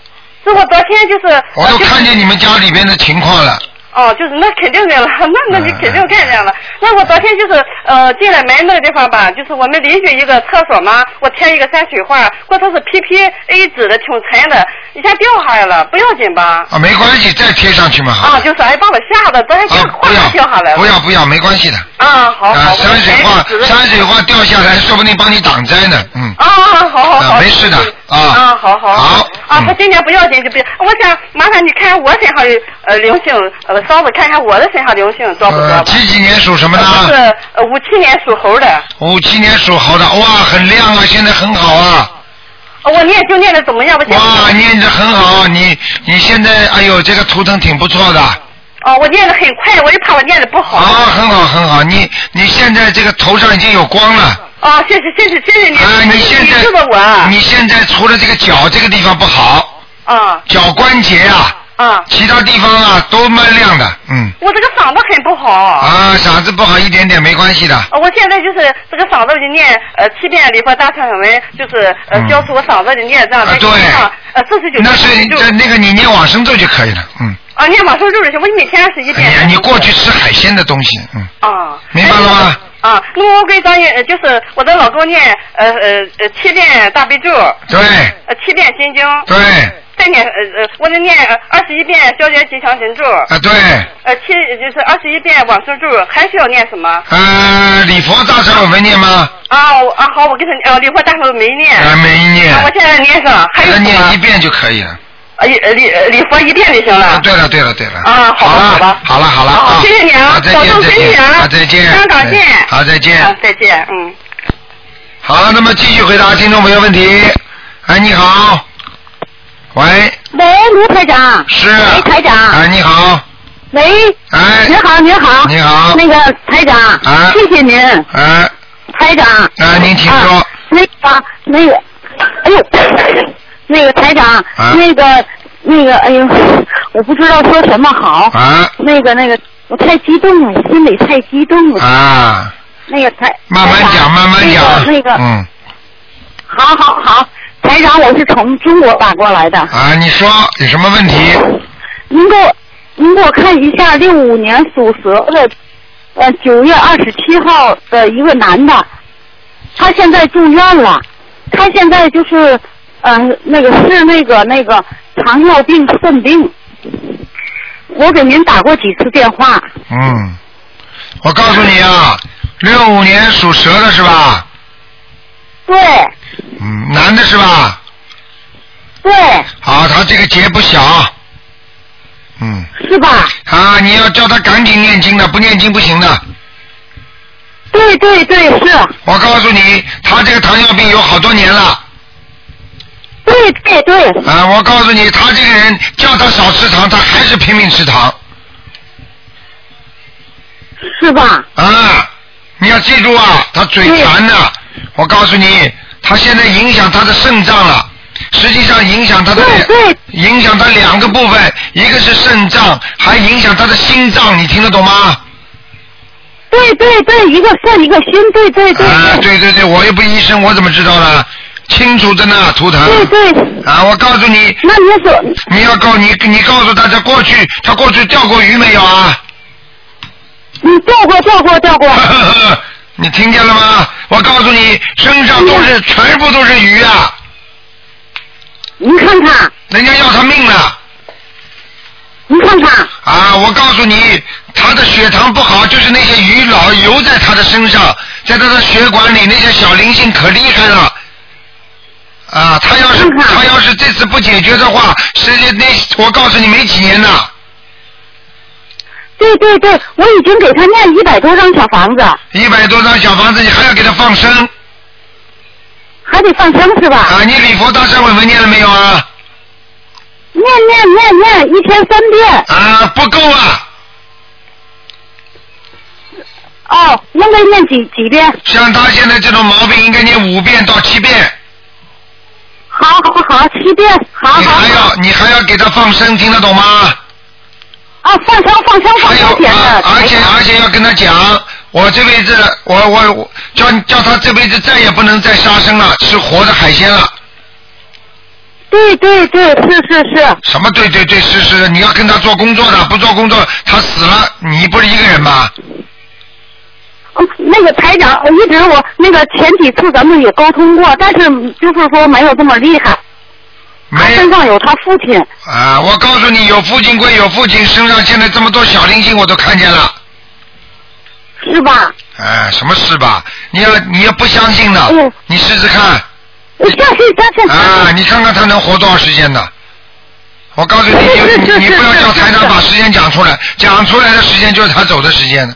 H: 是我昨天啊就是。
A: 我都看见你们家里边的情况了。
H: 哦，就是那肯定的了， (laughs) 那那就肯定看见了。
A: 嗯
H: 那我昨天就是呃进来门那个地方吧，就是我们邻居一个厕所嘛，我贴一个山水画，过头是 PPA 纸的，挺沉的，一下掉下来了，不要紧吧？
A: 啊，没关系，再贴上去嘛，好。
H: 啊，就是哎把我吓得，昨天吓 (laughs) 哗啦掉下来了。
A: 啊不要不要，没关系的。
H: 啊，好
A: 啊，
H: 好。我
A: 山水画，山水画掉下来，说不定帮你挡灾呢。嗯。
H: 嗯啊，好好好，
A: 啊，没事的啊。嗯
H: 啊，好好好。啊，他今年不要紧就别，我想麻烦你看我身上有呃灵性，呃，稍微看看我的身上灵性多不多
A: 呃，
H: 吧？
A: 几几年属什么的？
H: 呃就是呃五七年属猴的，
A: 五七年属猴的，哇，很亮啊，现在很好啊。
H: 呃我念经念的怎么样？我现
A: 哇，念得很好，啊你你现在，哎呦，这个图腾挺不错的，啊，
H: 哦，我念的很快，我就怕我念的不好。
A: 很好很好，你你现在这个头上已经有光了，
H: 啊，谢谢谢谢谢谢你，
A: 啊，你现在
H: 救了我。
A: 你现在除了这个脚这个地方不好，
H: 啊
A: 脚关节啊，
H: 啊，
A: 其他地方啊都蛮亮的，嗯，
H: 我这个嗓子很不好。啊
A: 啊，嗓子不好一点点没关系的，
H: 呃我现在就是这个嗓子，我就念呃七遍礼佛大忏悔文，就是呃消除我嗓子的孽障，再加上呃四十九
A: 嗯啊那
H: 遍
A: 是
H: 就
A: 那那个你念往生咒就可以了，嗯，
H: 啊念往生咒就行，我每天二十一
A: 哎
H: 遍。
A: 呀，你过去吃海鲜的东西，嗯，
H: 啊，
A: 明白了吗？
H: 啊，那么我给咱也呃就是我的老公念呃呃呃七遍大悲咒，
A: 对
H: 呃七遍心经，
A: 对，
H: 再念呃呃，我得念二十一遍消灾吉祥神咒。
A: 啊，对，
H: 呃，七就是二十一遍往生咒，还需要念什么？
A: 呃，礼佛大忏悔文念吗？
H: 啊我啊，好，我跟他呃，礼佛大佛没念。
A: 啊，没念
H: 啊，我现在念上，还有
A: 再哎
H: 什
A: 念一
H: 么？
A: 遍就可以了。
H: 呃礼呃礼呃礼佛一遍就行
A: 啊，
H: 了。
A: 对了，对了，对了。
H: 啊，好了好了，
A: 好了好了
H: 好
A: 啊！
H: 谢谢你啊
A: 好再见
H: 保重
A: 再
H: 身体
A: 见
H: 啊
A: 再见，
H: 非常感谢
A: 嗯好再见。
H: 啊再见，嗯。
A: 好，那么继续回答听众朋友问题。哎，你好，喂，
G: 喂，卢台长。
A: 是
G: 喂，台长。
A: 哎，你好，
G: 喂。
A: 哎。
G: 您好，您好。
A: 你好
G: 那个台长。
A: 啊
G: 谢谢您，
A: 哎，
G: 台长。
A: 啊，您请说。
G: 那个，那个，哎呦， (coughs) 那个台长，
A: 啊
G: 那个，那个，哎呦，我不知道说什么好。
A: 啊
G: 那个，那个，我太激动了，心里太激动了。
A: 啊，
G: 那个台。
A: 慢慢
G: 台
A: 讲，
G: 长
A: 慢慢讲。
G: 那个，那个，
A: 嗯，
G: 好好好，台长，我是从中国打过来的。
A: 啊，你说有什么问题？
G: 您给我，您给我看一下六五年属蛇的，呃，九月二十七号的一个男的，他现在住院了，他现在就是，呃，那个是那个那个糖尿病肾病，我给您打过几次电话，
A: 嗯，我告诉你啊，六五年属蛇的是吧？
G: 对
A: 嗯，男的是吧？
G: 对，
A: 好，他这个劫不小。嗯。
G: 是吧？
A: 啊，你要叫他赶紧念经的，不念经不行的。
G: 对对对，是，
A: 我告诉你，他这个糖尿病有好多年了。
G: 对对对，
A: 啊，我告诉你，他这个人叫他少吃糖，他还是拼命吃糖。
G: 是吧？
A: 啊，你要记住啊，他嘴馋呐、我告诉你，他现在影响他的肾脏了，实际上影响他的
G: 对对
A: 影响他两个部分，一个是肾脏，还影响他的心脏，你听得懂吗？
G: 对对对，一个肾一个心，对对对
A: 啊，对
G: 对
A: 对对，我又不医生，我怎么知道呢？清楚着呢，图腾。
G: 对对，
A: 啊，我告诉你，
G: 那您说
A: 你要告你你告诉大家过去他过去钓过鱼没有啊？
G: 你调过调过
A: (laughs)
G: 调过，
A: 你听见了吗？我告诉你，身上都是全部都是鱼啊，
G: 您看看，
A: 人家要他命了
G: 您看看。
A: 啊！我告诉你，他的血糖不好，就是那些鱼老游在他的身上，在他的血管里，那些小灵性可厉害了。啊，他要是
G: 看看
A: 他要是这次不解决的话，实际那我告诉你没几年呐，
G: 对对对，我已经给他念一百多张小房子，
A: 一百多张小房子，你还要给他放生
G: 还得放生是吧？
A: 啊！你礼佛大忏悔文念了没有啊？
G: 念念念念，一天三遍。
A: 啊，不够啊！
G: 哦，应该念几几遍？
A: 像他现在这种毛病，应该念五遍到七遍。
G: 好好好，七遍，好
A: 你
G: 好
A: 还
G: 好。
A: 要你还要给他放生，听得懂吗？
G: 啊，放生放生放
A: 还有
G: 生点
A: 啊
G: 的，，
A: 而且而且要跟他讲，我这辈子我我我叫你叫他这辈子再也不能再杀生了，吃活的海鲜了。
G: 对对对，是是是，
A: 什么对对对是是，你要跟他做工作的，不做工作他死了，你不是一个人吧？
G: 嗯那个台长，我一直我那个前几次咱们也沟通过，但是就是说没有这么厉害。他
A: 没
G: 身上有他父亲，
A: 啊，我告诉你，有父亲归有父亲，身上现在这么多小灵性我都看见了。
G: 是吧？
A: 哎，什么事吧？你要你要不相信呢
G: 嗯，
A: 你试试看
G: 我相信相信
A: 啊！
G: 他。
A: 你看看他能活多少时间呢？我告诉你，
G: 是
A: 你
G: 是
A: 你
G: 是
A: 不要
G: 是
A: 叫
G: 是
A: 台长
G: 是
A: 把时间讲出来，讲出来的时间就是他走的时间了。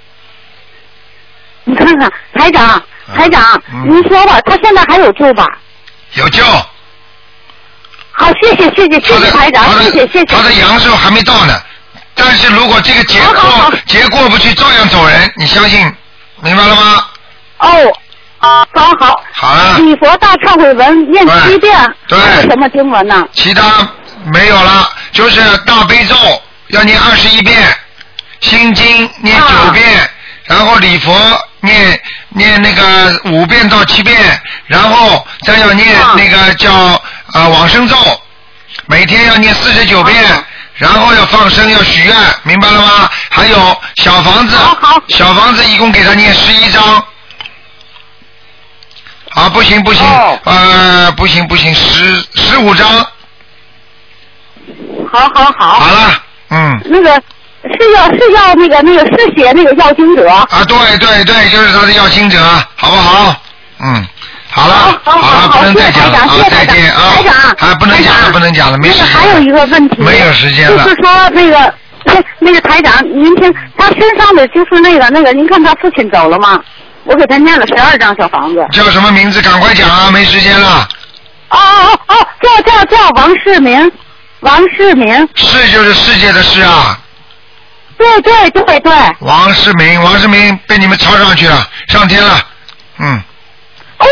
G: 你看看台长，台长，
A: 啊嗯
G: 您说吧，他现在还有救吧？
A: 有救，
G: 好，谢谢谢谢谢
A: 他
G: 谢
A: 的
G: 台长
A: 他，
G: 谢谢谢
A: 的
G: 谢。
A: 他的阳寿还没到呢，但是如果这个劫
G: 好好
A: 过
G: 好
A: 劫过不去，照样走人，你相信明白了吗？
G: 哦，啊，好好。
A: 好了，
G: 礼佛大忏悔文念七遍，
A: 啊对对
G: 还有什么经文呢？
A: 其他没有了，就是大悲咒要念二十一遍，心经念九
G: 啊
A: 遍，然后礼佛念念那个五遍到七遍，然后再要念
G: 啊
A: 那个叫呃往生咒，每天要念四十九遍。
G: 啊
A: 然后要放生，要许愿，明白了吗？还有小房子
G: 好好，
A: 小房子一共给他念十一章。啊，不行不行，
G: 哦
A: 呃，不行不行，十十五章，
G: 好好好。好
A: 了，嗯。
G: 那个是要是要那个那个是写那个要经者。
A: 啊，对对对，就是他的要经者，好不好？嗯，好了，好了，不能再讲了啊，再见啊，
G: 台长，
A: 啊，不能讲了，不能讲了，没
G: 那
A: 时
G: 个
A: 间
G: 还有一个问题，
A: 没有时间了
G: 就是说那个那那个台长，您听他身上的就是那个那个，您看他父亲走了吗？我给他念了十二张小房子。
A: 叫什么名字？赶快讲啊，没时间了。
G: 哦哦哦，叫叫叫王世民，王世民，
A: 世就是世界的世啊。
G: 对对对对。
A: 王世明，王世明被你们抄上去了，上天了。嗯，
G: 哦，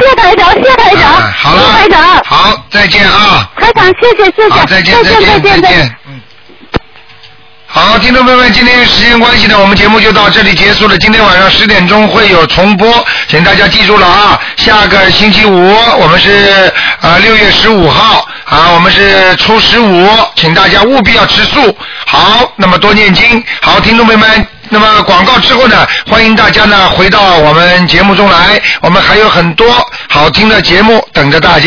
G: 谢台长，谢台长，
A: 啊好了
G: 谢台长，
A: 好，再见啊。
G: 台长，谢谢谢
A: 好，
G: 谢，
A: 再见，
G: 再
A: 见，
G: 见
A: 再
G: 见。。
A: 嗯。好，听众朋友们，今天时间关系呢，我们节目就到这里结束了。今天晚上十点钟会有重播，请大家记住了啊。下个星期五我们是呃六月十五号啊，我们是初十五，请大家务必要吃素。好，那么多念经。好，听众朋友们。那么广告之后呢，欢迎大家呢回到我们节目中来，我们还有很多好听的节目等着大家。